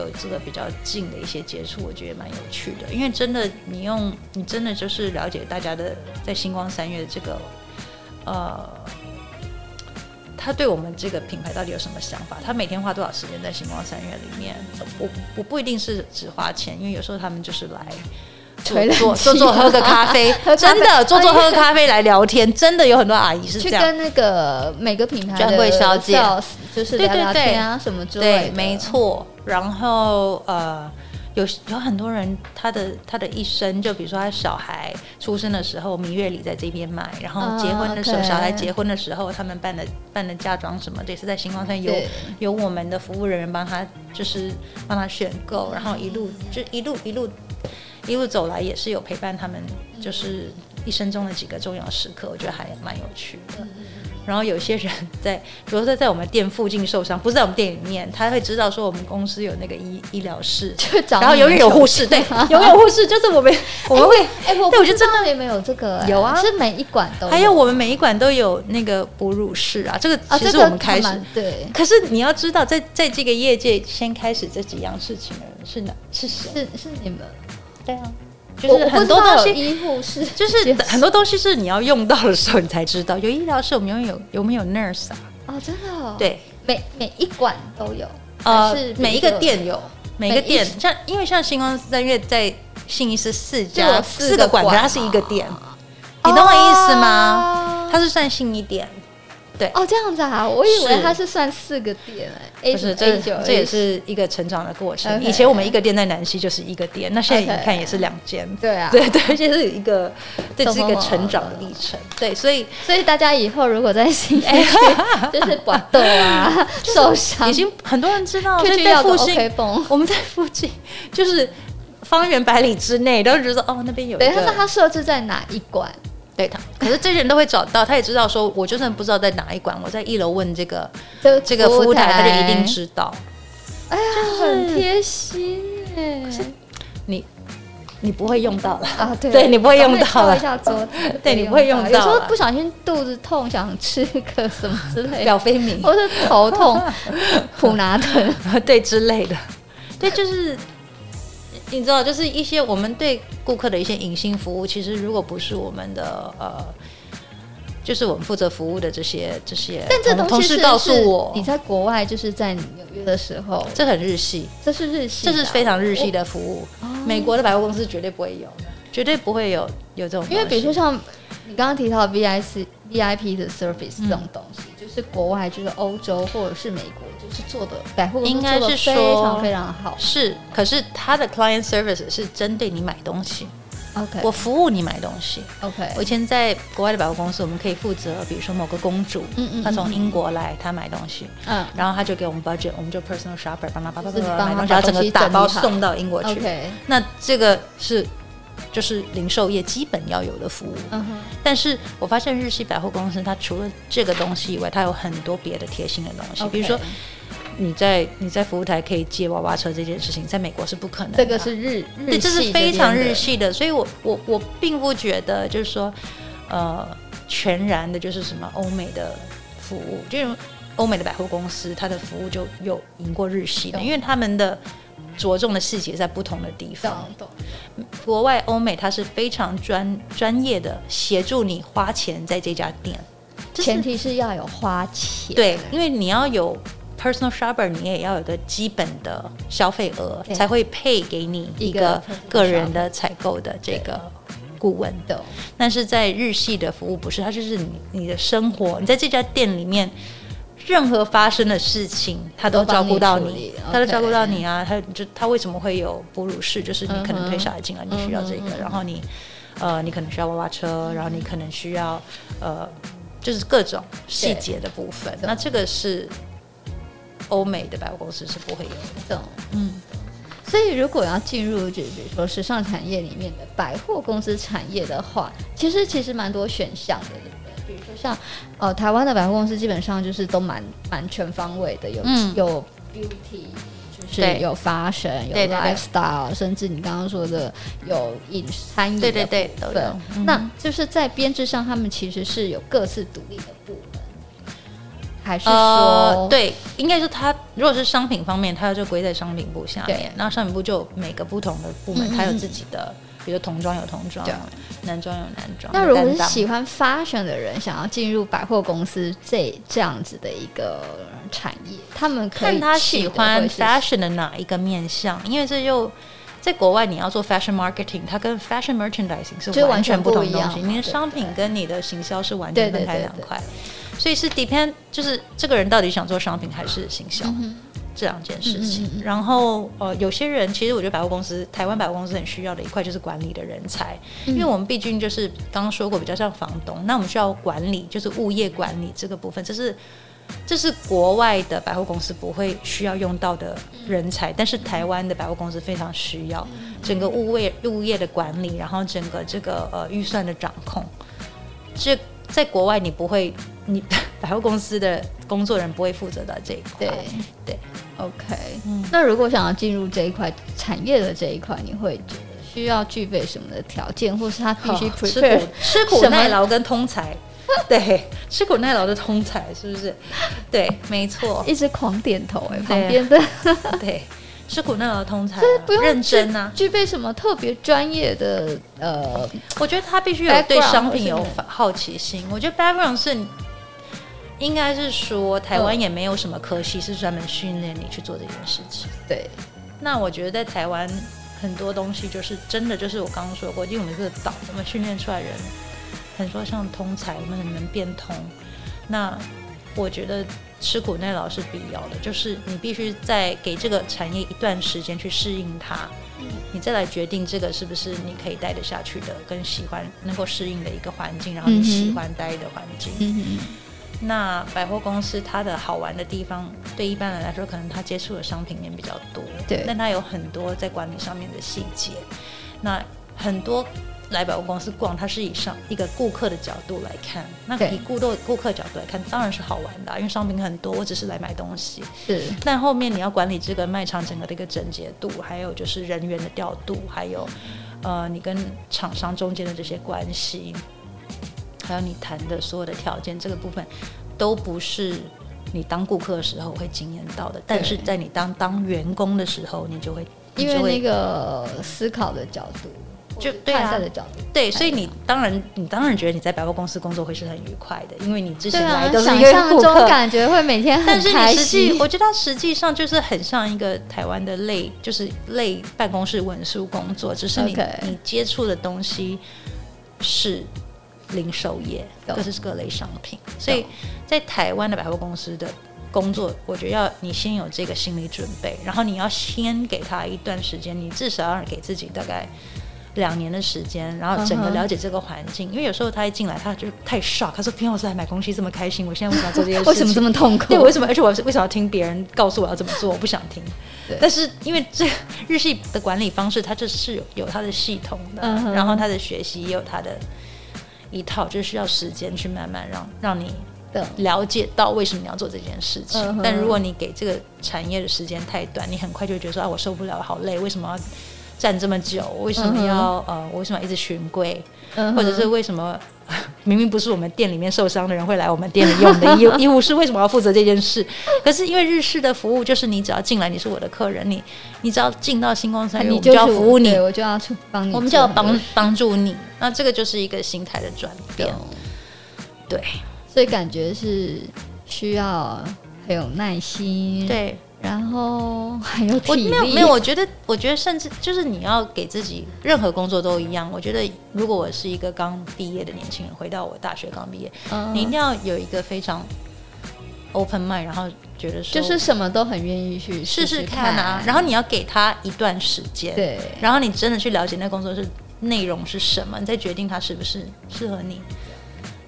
[SPEAKER 2] 有这个比较近的一些接触，我觉得蛮有趣的。因为真的，你用你真的就是了解大家的在星光三月这个呃。他对我们这个品牌到底有什么想法？他每天花多少时间在星光三月里面？我我不一定是只花钱，因为有时候他们就是来
[SPEAKER 1] 吹冷
[SPEAKER 2] 坐坐
[SPEAKER 1] 气
[SPEAKER 2] 坐坐喝个咖啡，
[SPEAKER 1] 喝咖啡
[SPEAKER 2] 真的坐坐喝个咖啡来聊天，真的有很多阿姨是
[SPEAKER 1] 去
[SPEAKER 2] 这样。
[SPEAKER 1] 跟那个每个品牌的
[SPEAKER 2] 专柜小姐
[SPEAKER 1] sales 就是聊聊
[SPEAKER 2] 对对对
[SPEAKER 1] 天啊什么之类
[SPEAKER 2] 对，
[SPEAKER 1] 的，
[SPEAKER 2] 没错。然后呃，有有很多人他的他的一生，就比如说他小孩出生的时候，蜜月礼在这边买，然后
[SPEAKER 1] 啊
[SPEAKER 2] 结婚的时候，
[SPEAKER 1] OK
[SPEAKER 2] 小孩结婚的时候，他们办的办的嫁妆什么的，也是在星光山有
[SPEAKER 1] 对
[SPEAKER 2] 有我们的服务人员帮他，就是帮他选购，然后一路就一路一路一路走来，也是有陪伴他们，就是一生中的几个重要时刻，我觉得还蛮有趣的。然后有些人在，比如说在我们店附近受伤，不是在我们店里面，他会知道说我们公司有那个医医疗室，
[SPEAKER 1] 就找
[SPEAKER 2] 然后永远有护
[SPEAKER 1] 护
[SPEAKER 2] 士，对， 永远有护士，就是我们我们会，
[SPEAKER 1] 哎，我
[SPEAKER 2] 对我
[SPEAKER 1] 不
[SPEAKER 2] 就
[SPEAKER 1] 知道也没有这个，哎
[SPEAKER 2] 有啊
[SPEAKER 1] 是每一馆都
[SPEAKER 2] 还有我们每一馆都有那个哺乳室啊，这个
[SPEAKER 1] 啊，
[SPEAKER 2] 其
[SPEAKER 1] 这
[SPEAKER 2] 实
[SPEAKER 1] 个
[SPEAKER 2] 我们开始
[SPEAKER 1] 还蛮对，
[SPEAKER 2] 可是你要知道，在在这个业界先开始这几样事情的人是哪是谁？
[SPEAKER 1] 是是你们，
[SPEAKER 2] 对啊，就是很多东西，
[SPEAKER 1] 医护是
[SPEAKER 2] 就是很多东西是你要用到的时候你才知道。有医疗室，我们永远有有没有 nurse 啊？
[SPEAKER 1] 哦，真的、哦，，
[SPEAKER 2] 对，
[SPEAKER 1] 每每一馆都有，
[SPEAKER 2] 呃
[SPEAKER 1] 还是，
[SPEAKER 2] 每一个店有，每个
[SPEAKER 1] 每一
[SPEAKER 2] 店像因为像星光三月在信义是四
[SPEAKER 1] 就
[SPEAKER 2] 家
[SPEAKER 1] 有四
[SPEAKER 2] 四个
[SPEAKER 1] 个
[SPEAKER 2] 馆，
[SPEAKER 1] 馆
[SPEAKER 2] 它是一个店，
[SPEAKER 1] 哦，
[SPEAKER 2] 你懂我意思吗？它
[SPEAKER 1] 它
[SPEAKER 2] 是算信义店，
[SPEAKER 1] 哦这样子啊，我以为
[SPEAKER 2] 是
[SPEAKER 1] 它是算四个点哎、
[SPEAKER 2] 不
[SPEAKER 1] 欸，
[SPEAKER 2] 是，
[SPEAKER 1] A
[SPEAKER 2] 这
[SPEAKER 1] 九
[SPEAKER 2] 这也是一个成长的过程。
[SPEAKER 1] OK
[SPEAKER 2] 以前我们一个店在南溪就是一个店，那现在你
[SPEAKER 1] OK
[SPEAKER 2] 看也是两间。
[SPEAKER 1] 对啊，
[SPEAKER 2] 对对，而且是一个，这
[SPEAKER 1] 懂
[SPEAKER 2] 是一个
[SPEAKER 1] 懂
[SPEAKER 2] 成长的历程。对，所以
[SPEAKER 1] 所以大家以后如果在新义
[SPEAKER 2] 哎
[SPEAKER 1] 区，就是搏斗 啊，受伤
[SPEAKER 2] 已经很多人知道，
[SPEAKER 1] 就
[SPEAKER 2] 所以
[SPEAKER 1] 去
[SPEAKER 2] 在
[SPEAKER 1] 要个
[SPEAKER 2] 附近
[SPEAKER 1] OK，绷。
[SPEAKER 2] 我们在附近就是方圆百里之内都觉得哦那边有一
[SPEAKER 1] 等一下，那
[SPEAKER 2] 个，
[SPEAKER 1] 它设置在哪一馆？
[SPEAKER 2] 对他，可是这些人都会找到，他也知道说，我就算不知道在哪一馆，我在一楼问这个
[SPEAKER 1] 这
[SPEAKER 2] 这个服务台，他就一定。知道。
[SPEAKER 1] 哎呀，很贴心哎。
[SPEAKER 2] 你你不会用到了，
[SPEAKER 1] 啊，对
[SPEAKER 2] 对你不会用
[SPEAKER 1] 稍微
[SPEAKER 2] 到
[SPEAKER 1] 敲
[SPEAKER 2] 了，
[SPEAKER 1] 一下桌子
[SPEAKER 2] 对你不会用到啊
[SPEAKER 1] 有时候
[SPEAKER 2] 了
[SPEAKER 1] 不小心肚子痛，想吃个什么之类的，
[SPEAKER 2] 表飞明
[SPEAKER 1] 或是头 痛、普拿疼，
[SPEAKER 2] 对之类的，对，就是你知道，就是一些我们对顾客的一些隐性服务，其实如果不是我们的呃。就是我们负责服务的这些这些，
[SPEAKER 1] 但这
[SPEAKER 2] 同
[SPEAKER 1] 东西
[SPEAKER 2] 哦同
[SPEAKER 1] 是
[SPEAKER 2] 事
[SPEAKER 1] 不
[SPEAKER 2] 告诉
[SPEAKER 1] 是
[SPEAKER 2] 我
[SPEAKER 1] 你，在国外就是在纽约的时候，
[SPEAKER 2] 这很日系，
[SPEAKER 1] 这是日系的哦
[SPEAKER 2] 这
[SPEAKER 1] 啊，
[SPEAKER 2] 是非常日系的服务。美国的百货公司绝对不会有的，绝对不会有有这种东西。
[SPEAKER 1] 因为比如说像你刚刚提到的 VIC VIP 的 service
[SPEAKER 2] 嗯
[SPEAKER 1] 这种东西，就是国外就是欧洲或者是美国，就是做的百货公司
[SPEAKER 2] 应该
[SPEAKER 1] 做得
[SPEAKER 2] 是说
[SPEAKER 1] 非常非常好。
[SPEAKER 2] 是，可是他的 client service 是针对你买东西，
[SPEAKER 1] OK
[SPEAKER 2] 我服务你买东西。
[SPEAKER 1] OK，
[SPEAKER 2] 我以前在国外的百货公司，我们可以负责，比如说某个公主，
[SPEAKER 1] 嗯嗯嗯
[SPEAKER 2] 她从英国来，她买东西，
[SPEAKER 1] 嗯
[SPEAKER 2] 然后她就给我们 budget，我们就 personal shopper 帮她叭叭叭
[SPEAKER 1] 就是
[SPEAKER 2] 叭
[SPEAKER 1] 帮
[SPEAKER 2] 买
[SPEAKER 1] 她把东
[SPEAKER 2] 东西，然后整个
[SPEAKER 1] 西
[SPEAKER 2] 打包
[SPEAKER 1] 整理好
[SPEAKER 2] 送到英国去。
[SPEAKER 1] OK，
[SPEAKER 2] 那这个是就是零售业基本要有的服务。
[SPEAKER 1] 嗯哼。
[SPEAKER 2] 但是我发现日系百货公司，它除了这个东西以外，它有很多别的贴心的东西
[SPEAKER 1] OK
[SPEAKER 2] 比如说你在你在服务台可以借娃娃车这件事情，在美国是不可能的。
[SPEAKER 1] 这个是日日系
[SPEAKER 2] 对，这
[SPEAKER 1] 这
[SPEAKER 2] 是非常
[SPEAKER 1] 边的
[SPEAKER 2] 日系的，所以我我我并不觉得就是说，呃，全然的就是什么欧美的服务，就是欧美的百货公司，它的服务就有赢过日系的，
[SPEAKER 1] 懂
[SPEAKER 2] 因为他们的着重的细节在不同的地
[SPEAKER 1] 懂
[SPEAKER 2] 方。
[SPEAKER 1] 懂
[SPEAKER 2] 国外欧美它是非常专专业的，协助你花钱在这家店，这是
[SPEAKER 1] 前提是要有花钱，
[SPEAKER 2] 对，因为你要有 personal shopper，你也要有个基本的消费额，
[SPEAKER 1] 对
[SPEAKER 2] 才会配给你
[SPEAKER 1] 一
[SPEAKER 2] 一
[SPEAKER 1] 个
[SPEAKER 2] 个
[SPEAKER 1] personal
[SPEAKER 2] 个人的采购的这个顾问。
[SPEAKER 1] 懂
[SPEAKER 2] 但是在日系的服务不是，它就是你你的生活，你在这家店里面。任何发生的事情，他都照顾到
[SPEAKER 1] 都帮你
[SPEAKER 2] 你
[SPEAKER 1] 处理，
[SPEAKER 2] 他都
[SPEAKER 1] OK
[SPEAKER 2] 照顾到你啊！他就他为什么会有哺乳室？就是你可能推小孩进来，你需要这
[SPEAKER 1] 嗯
[SPEAKER 2] 个
[SPEAKER 1] 哼，
[SPEAKER 2] 然后你呃，你可能需要娃娃车，然后你可能需要呃，就是各种细节的部分。那这个是欧美的百货公司是不会有的。
[SPEAKER 1] 懂。
[SPEAKER 2] 嗯，
[SPEAKER 1] 所以如果要进入就比如说时尚产业里面的百货公司产业的话，其实其实蛮多选项的，对不对？比如说像呃台湾的百货公司基本上就是都蛮蛮全方位的，有、
[SPEAKER 2] 嗯
[SPEAKER 1] 有 beauty。就是
[SPEAKER 2] 对
[SPEAKER 1] 有 fashion，有
[SPEAKER 2] 对对对
[SPEAKER 1] lifestyle，甚至你刚刚说的有饮餐饮的
[SPEAKER 2] 对对对，都
[SPEAKER 1] 对
[SPEAKER 2] 有。嗯
[SPEAKER 1] 那就是在编制上，他们其实是有各自独立的部门，还是说、
[SPEAKER 2] 呃，对，应该是它如果是商品方面，它就归在商品部下
[SPEAKER 1] 对
[SPEAKER 2] 面。那商品部就有每个不同的部门，
[SPEAKER 1] 嗯嗯
[SPEAKER 2] 它有自己的，比如说童装有童装
[SPEAKER 1] 对，
[SPEAKER 2] 男装有男装。
[SPEAKER 1] 那如果
[SPEAKER 2] 有
[SPEAKER 1] 是
[SPEAKER 2] 担当
[SPEAKER 1] 喜欢 fashion 的人，想要进入百货公司这这样子的一个产业，他们可以
[SPEAKER 2] 看他
[SPEAKER 1] 去
[SPEAKER 2] 喜
[SPEAKER 1] 的
[SPEAKER 2] 欢
[SPEAKER 1] 会是
[SPEAKER 2] fashion 的哪一个面向，因为这又在国外你要做 fashion marketing，它跟 fashion merchandising
[SPEAKER 1] 就是
[SPEAKER 2] 是
[SPEAKER 1] 完
[SPEAKER 2] 完
[SPEAKER 1] 全
[SPEAKER 2] 全
[SPEAKER 1] 不
[SPEAKER 2] 不
[SPEAKER 1] 一
[SPEAKER 2] 同
[SPEAKER 1] 样
[SPEAKER 2] 的东西，
[SPEAKER 1] 嘛
[SPEAKER 2] 你的
[SPEAKER 1] 对
[SPEAKER 2] 商品
[SPEAKER 1] 对
[SPEAKER 2] 跟你的行销是完
[SPEAKER 1] 对
[SPEAKER 2] 全
[SPEAKER 1] 对
[SPEAKER 2] 分开
[SPEAKER 1] 对
[SPEAKER 2] 两
[SPEAKER 1] 对
[SPEAKER 2] 块，所以是 depend 就是这个人到底想做商品还是行销。这两件事
[SPEAKER 1] 嗯
[SPEAKER 2] 情，
[SPEAKER 1] 嗯嗯嗯
[SPEAKER 2] 然后呃，有些人其实我觉得百货公司，台湾百货公司很需要的一块就是管理的人才，
[SPEAKER 1] 嗯
[SPEAKER 2] 因为我们毕竟就是刚刚说过比较像房东，那我们需要管理，就是物业管理这个部分，这是这是国外的百货公司不会需要用到的人才，但是台湾的百货公司非常需要
[SPEAKER 1] 嗯
[SPEAKER 2] 整个物业物业的管理，然后整个这个呃预算的掌控。这在国外你不会，你百货公司的工作人不会负责到这一块。
[SPEAKER 1] 对
[SPEAKER 2] 对
[SPEAKER 1] OK，、
[SPEAKER 2] 嗯
[SPEAKER 1] 那如果想要进入这一块产业的这一块，你会觉得需要具备什么的条件，或是他必须
[SPEAKER 2] 哦吃
[SPEAKER 1] prepare？、
[SPEAKER 2] 苦吃苦
[SPEAKER 1] 什么
[SPEAKER 2] 耐劳跟通才，对，吃苦耐劳的通才是不是？对，没错，
[SPEAKER 1] 一直狂点头哎、
[SPEAKER 2] 对
[SPEAKER 1] 旁
[SPEAKER 2] 啊
[SPEAKER 1] 边的
[SPEAKER 2] 对，吃苦耐劳的通才啊、
[SPEAKER 1] 就是 不用
[SPEAKER 2] 认
[SPEAKER 1] 具
[SPEAKER 2] 真啊。
[SPEAKER 1] 具备什么特别专业的呃
[SPEAKER 2] 我觉得他必须有对
[SPEAKER 1] Background
[SPEAKER 2] 商
[SPEAKER 1] 或是
[SPEAKER 2] 品有
[SPEAKER 1] 你
[SPEAKER 2] 好奇心。我觉得 background 是应该是说台湾也没有什么科系是专门训练你去做这件事情。
[SPEAKER 1] 对
[SPEAKER 2] 那我觉得在台湾很多东西就是真的，就是我刚刚说过，因为我们是个岛，我们训练出来人很多像通才，我们很能变通。那我觉得吃苦耐劳是必要的，就是你必须在给这个产业一段时间去适应它，
[SPEAKER 1] 嗯
[SPEAKER 2] 你再来决定这个是不是你可以待得下去的，跟喜欢能够适应的一个环境，然后
[SPEAKER 1] 嗯哼
[SPEAKER 2] 你喜欢待的环境。
[SPEAKER 1] 嗯
[SPEAKER 2] 那百货公司它的好玩的地方，对一般人来说，可能他接触的商品面比较多，
[SPEAKER 1] 对
[SPEAKER 2] 但它有很多在管理上面的细节。那很多来百货公司逛，它是以上一个顾客的角度来看，那
[SPEAKER 1] 对
[SPEAKER 2] 以顾客顾客角度来看，当然是好玩的啊、因为商品很多，我只是来买东西。
[SPEAKER 1] 是
[SPEAKER 2] 但后面你要管理这个卖场整个的一个整洁度，还有就是人员的调度，还有呃你跟厂商中间的这些关系，还有你谈的所有的条件，这个部分都不是你当顾客的时候会经验到的，但是在你当当员工的时候，你就会
[SPEAKER 1] 因
[SPEAKER 2] 你
[SPEAKER 1] 为
[SPEAKER 2] 就会
[SPEAKER 1] 那个思考的角度，
[SPEAKER 2] 就
[SPEAKER 1] 或者
[SPEAKER 2] 对啊
[SPEAKER 1] 看待的角度，
[SPEAKER 2] 对，所以你当然你当然觉得你在百货公司工作会是很愉快的，因为你之
[SPEAKER 1] 对
[SPEAKER 2] 前来
[SPEAKER 1] 啊，
[SPEAKER 2] 都是
[SPEAKER 1] 想
[SPEAKER 2] 因为
[SPEAKER 1] 象
[SPEAKER 2] 顾
[SPEAKER 1] 中
[SPEAKER 2] 客。
[SPEAKER 1] 感觉会每天
[SPEAKER 2] 但
[SPEAKER 1] 很
[SPEAKER 2] 是
[SPEAKER 1] 开
[SPEAKER 2] 你实际，
[SPEAKER 1] 心。
[SPEAKER 2] 我觉得它实际上就是很像一个台湾的类，就是类办公室文书工作，只是你
[SPEAKER 1] OK
[SPEAKER 2] 你接触的东西是零售业，
[SPEAKER 1] 懂
[SPEAKER 2] 各式各类商品。所以在台湾的百货公司的工作，我觉得要你先有这个心理准备，然后你要先给他一段时间，你至少要给自己大概。两年的时间，然后整个
[SPEAKER 1] 嗯哼
[SPEAKER 2] 了解这个环境因为有时候他一进来，他就太 shock，他说：“平常我是来买东西这么开心，我现在为什么要做这些事 情？
[SPEAKER 1] 为什么这么痛苦？
[SPEAKER 2] 对，我为什么？而且我为什么要听别人告诉我要怎么做？我不想听
[SPEAKER 1] 对。
[SPEAKER 2] 但是因为这日系的管理方式，它就是有有它的系统的，
[SPEAKER 1] 嗯哼
[SPEAKER 2] 然后它的学习也有它的一套，就是需要时间去慢慢让让你
[SPEAKER 1] 懂
[SPEAKER 2] 了解到为什么你要做这件事情。
[SPEAKER 1] 嗯哼
[SPEAKER 2] 但如果你给这个产业的时间太短，你很快就会觉得说啊，我受不了，好累，为什么要站这么久？为
[SPEAKER 1] 嗯
[SPEAKER 2] 什么要、呃，我为什么要一直循规？
[SPEAKER 1] 嗯哼
[SPEAKER 2] 或者是为什么 明明不是我们店里面受伤的人会来我们店里用的 医医务师为什么要负责这件事？可是因为日式的服务就是你只要进来你是我的客人，你你只要进到星光三月，
[SPEAKER 1] 啊
[SPEAKER 2] 我
[SPEAKER 1] 你
[SPEAKER 2] 们就要
[SPEAKER 1] 是
[SPEAKER 2] 服务你
[SPEAKER 1] 对，我就要去帮你做很多事，
[SPEAKER 2] 我们就要帮帮助你。那这个就是一个心态的转变
[SPEAKER 1] 懂，
[SPEAKER 2] 对
[SPEAKER 1] 所以感觉是需要很有耐心，，
[SPEAKER 2] 对。
[SPEAKER 1] 然后很有嗯体
[SPEAKER 2] 我
[SPEAKER 1] 力，
[SPEAKER 2] 没有没有，我觉得我觉得甚至就是你要给自己任何工作都一样。我觉得如果我是一个刚毕业的年轻人，回到我大学刚毕业，
[SPEAKER 1] 嗯
[SPEAKER 2] 你一定要有一个非常 open mind，然后觉得说
[SPEAKER 1] 就是什么都很愿意去
[SPEAKER 2] 试试
[SPEAKER 1] 试
[SPEAKER 2] 看啊，然
[SPEAKER 1] 后
[SPEAKER 2] 后你要给他一段时间，，
[SPEAKER 1] 对，
[SPEAKER 2] 然后你真的去了解那工作是内容是什么，你再决定它是不是适合你，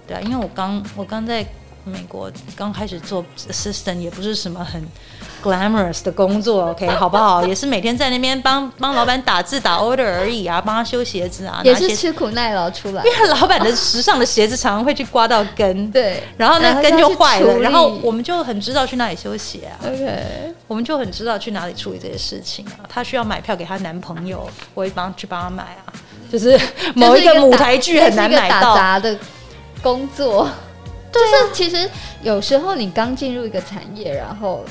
[SPEAKER 2] 对啊，因为我刚我刚在美国刚开始做 assistant，也不是什么很 glamorous 的工作，OK，好不好？也是每天在那边帮帮老板打字打 order 而已啊，帮他修鞋子啊，
[SPEAKER 1] 也
[SPEAKER 2] 拿鞋
[SPEAKER 1] 是
[SPEAKER 2] 子
[SPEAKER 1] 吃苦耐劳出来，
[SPEAKER 2] 因为老板的时尚的鞋子常常会去刮到跟，
[SPEAKER 1] 对，
[SPEAKER 2] 然后那跟就坏了，然后
[SPEAKER 1] 要去处
[SPEAKER 2] 我们就很知道去哪里修鞋啊。
[SPEAKER 1] 理 OK，
[SPEAKER 2] 我们就很知道去哪里处理这些事情啊。她需要买票给她男朋友，我会帮去帮她买啊。 就是某一
[SPEAKER 1] 就是
[SPEAKER 2] 个
[SPEAKER 1] 打
[SPEAKER 2] 舞台剧很难
[SPEAKER 1] 这是一
[SPEAKER 2] 买
[SPEAKER 1] 个打
[SPEAKER 2] 到，啊
[SPEAKER 1] 杂的工作，就是其实有时候你刚进入一个产业，然后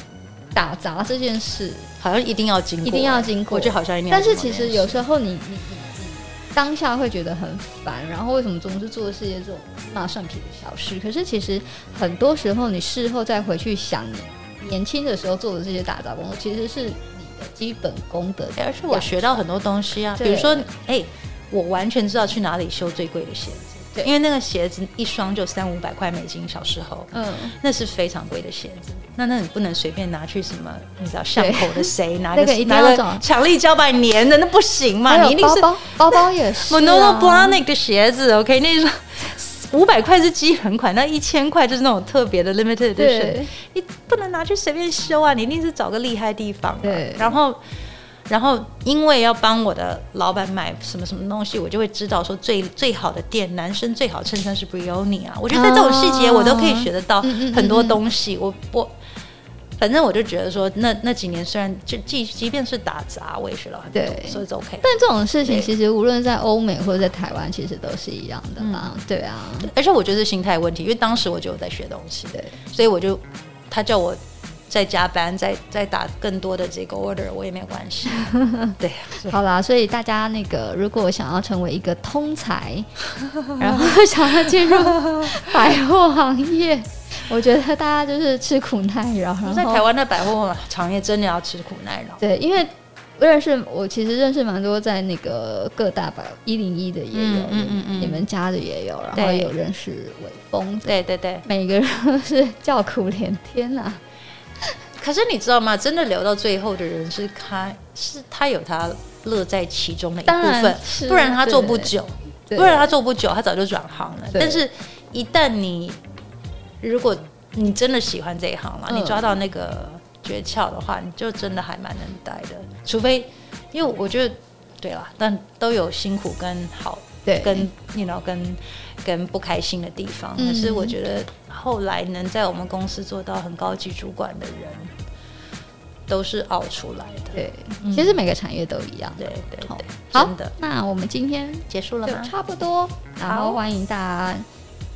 [SPEAKER 1] 打杂这件事，
[SPEAKER 2] 好像一定要经过，
[SPEAKER 1] 一定要经过
[SPEAKER 2] 我觉得好像一定要
[SPEAKER 1] 但
[SPEAKER 2] 经过
[SPEAKER 1] 是
[SPEAKER 2] 这件
[SPEAKER 1] 其
[SPEAKER 2] 事。
[SPEAKER 1] 实有时候你你你你当下会觉得很烦，然后为什么总是做的是一些这种芝麻蒜皮的小事？可是其实很多时候你事后再回去想，你年轻的时候做的这些打杂工作，其实是你的基本功德。
[SPEAKER 2] 哎，而且我学到很多东西啊，
[SPEAKER 1] 对
[SPEAKER 2] 比如说，哎，我完全知道去哪里修最贵的鞋子
[SPEAKER 1] 对，
[SPEAKER 2] 因为那个鞋子一双就三五百块美金，小时候。
[SPEAKER 1] 嗯，
[SPEAKER 2] 那是非常贵的鞋子，那那你不能随便拿去什么，你知道巷口的谁拿
[SPEAKER 1] 那个一定
[SPEAKER 2] 拿
[SPEAKER 1] 要
[SPEAKER 2] 个
[SPEAKER 1] 找
[SPEAKER 2] 强力胶把你粘的，那不行嘛，
[SPEAKER 1] 还
[SPEAKER 2] 你一
[SPEAKER 1] 有
[SPEAKER 2] 定
[SPEAKER 1] 包
[SPEAKER 2] 是
[SPEAKER 1] 包包包也是、啊。
[SPEAKER 2] Monono Blahnik 的鞋子，OK，那是五百块是基本款，那一千块就是那种特别的 limited edition，
[SPEAKER 1] 对
[SPEAKER 2] 你不能拿去随便修啊，你一定是找个厉害地方、啊。
[SPEAKER 1] 对
[SPEAKER 2] 然后。然后，因为要帮我的老板买什么什么东西，我就会知道说最最好的店，男生最好衬衫是 Brioni 啊。我觉得在这种细节，
[SPEAKER 1] 啊
[SPEAKER 2] 我都可以学得到
[SPEAKER 1] 嗯嗯嗯
[SPEAKER 2] 很多
[SPEAKER 1] 嗯
[SPEAKER 2] 东西。我我反正我就觉得说，那那几年虽然就即即便是打杂，我也学到很多
[SPEAKER 1] 对，
[SPEAKER 2] 所以就 OK。
[SPEAKER 1] 但这种事情
[SPEAKER 2] 对
[SPEAKER 1] 其实无论在欧美或者在台湾，其实都是一样的啦。
[SPEAKER 2] 嗯
[SPEAKER 1] 对啊，
[SPEAKER 2] 而且我觉得是心态问题，因为当时我就有在学东西，
[SPEAKER 1] 对，
[SPEAKER 2] 所以我就他叫我再加班，再再打更多的这个 order，我也没有关 系。对，
[SPEAKER 1] 好啦，所以大家那个，如果想要成为一个通 才，然后想要进入百货行业，我觉得大家就是吃苦耐劳，然后
[SPEAKER 2] 在台湾的百货行业真的要吃苦耐劳。
[SPEAKER 1] 对，因为认识我其实认识蛮多在那个各大百一零一的也有，
[SPEAKER 2] 嗯嗯嗯嗯
[SPEAKER 1] 你们家的也有，然后
[SPEAKER 2] 对
[SPEAKER 1] 有认识伟峰的，
[SPEAKER 2] 对对对，
[SPEAKER 1] 每个人都是叫苦连天啊呐、
[SPEAKER 2] 可是你知道吗？真的留到最后的人是他，是他有他乐在其中的一
[SPEAKER 1] 当
[SPEAKER 2] 部
[SPEAKER 1] 然
[SPEAKER 2] 分，
[SPEAKER 1] 是啊
[SPEAKER 2] 不然他做不久，
[SPEAKER 1] 对
[SPEAKER 2] 不然他做不久，他早就转行了。
[SPEAKER 1] 对
[SPEAKER 2] 但是，一旦你如果你真的喜欢这一行了，
[SPEAKER 1] 嗯
[SPEAKER 2] 你抓到那个诀窍的话，你就真的还蛮能待的。除非，因为我觉得对啦，但都有辛苦跟好
[SPEAKER 1] 对，
[SPEAKER 2] 跟 you know 跟跟不开心的地方。
[SPEAKER 1] 嗯
[SPEAKER 2] 可是我觉得后来能在我们公司做到很高级主管的人，都是熬出来的。
[SPEAKER 1] 对，其实每个产业都一样。
[SPEAKER 2] 对嗯对
[SPEAKER 1] 好
[SPEAKER 2] 对，
[SPEAKER 1] 好
[SPEAKER 2] 真的，
[SPEAKER 1] 那我们今天
[SPEAKER 2] 结束了
[SPEAKER 1] 就
[SPEAKER 2] 吗？
[SPEAKER 1] 差不多，然
[SPEAKER 2] 好
[SPEAKER 1] 后欢迎大家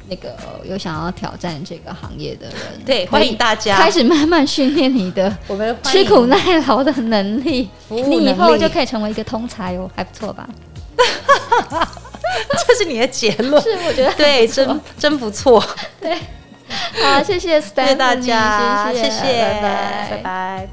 [SPEAKER 1] 那个有想要挑战这个行业的人，
[SPEAKER 2] 对，
[SPEAKER 1] 可以
[SPEAKER 2] 欢迎大家
[SPEAKER 1] 开始慢慢训练你的
[SPEAKER 2] 我们 欢
[SPEAKER 1] 吃
[SPEAKER 2] 迎
[SPEAKER 1] 苦耐劳的能力，
[SPEAKER 2] 服务能力
[SPEAKER 1] 你以后就可以成为一个通才哦，还不错吧？
[SPEAKER 2] 这是你的结论。
[SPEAKER 1] 是，我觉得
[SPEAKER 2] 对，真真不 错，
[SPEAKER 1] 好，谢谢 s t
[SPEAKER 2] 谢
[SPEAKER 1] e
[SPEAKER 2] 谢大家，
[SPEAKER 1] 谢
[SPEAKER 2] 谢
[SPEAKER 1] 拜拜，
[SPEAKER 2] 拜拜。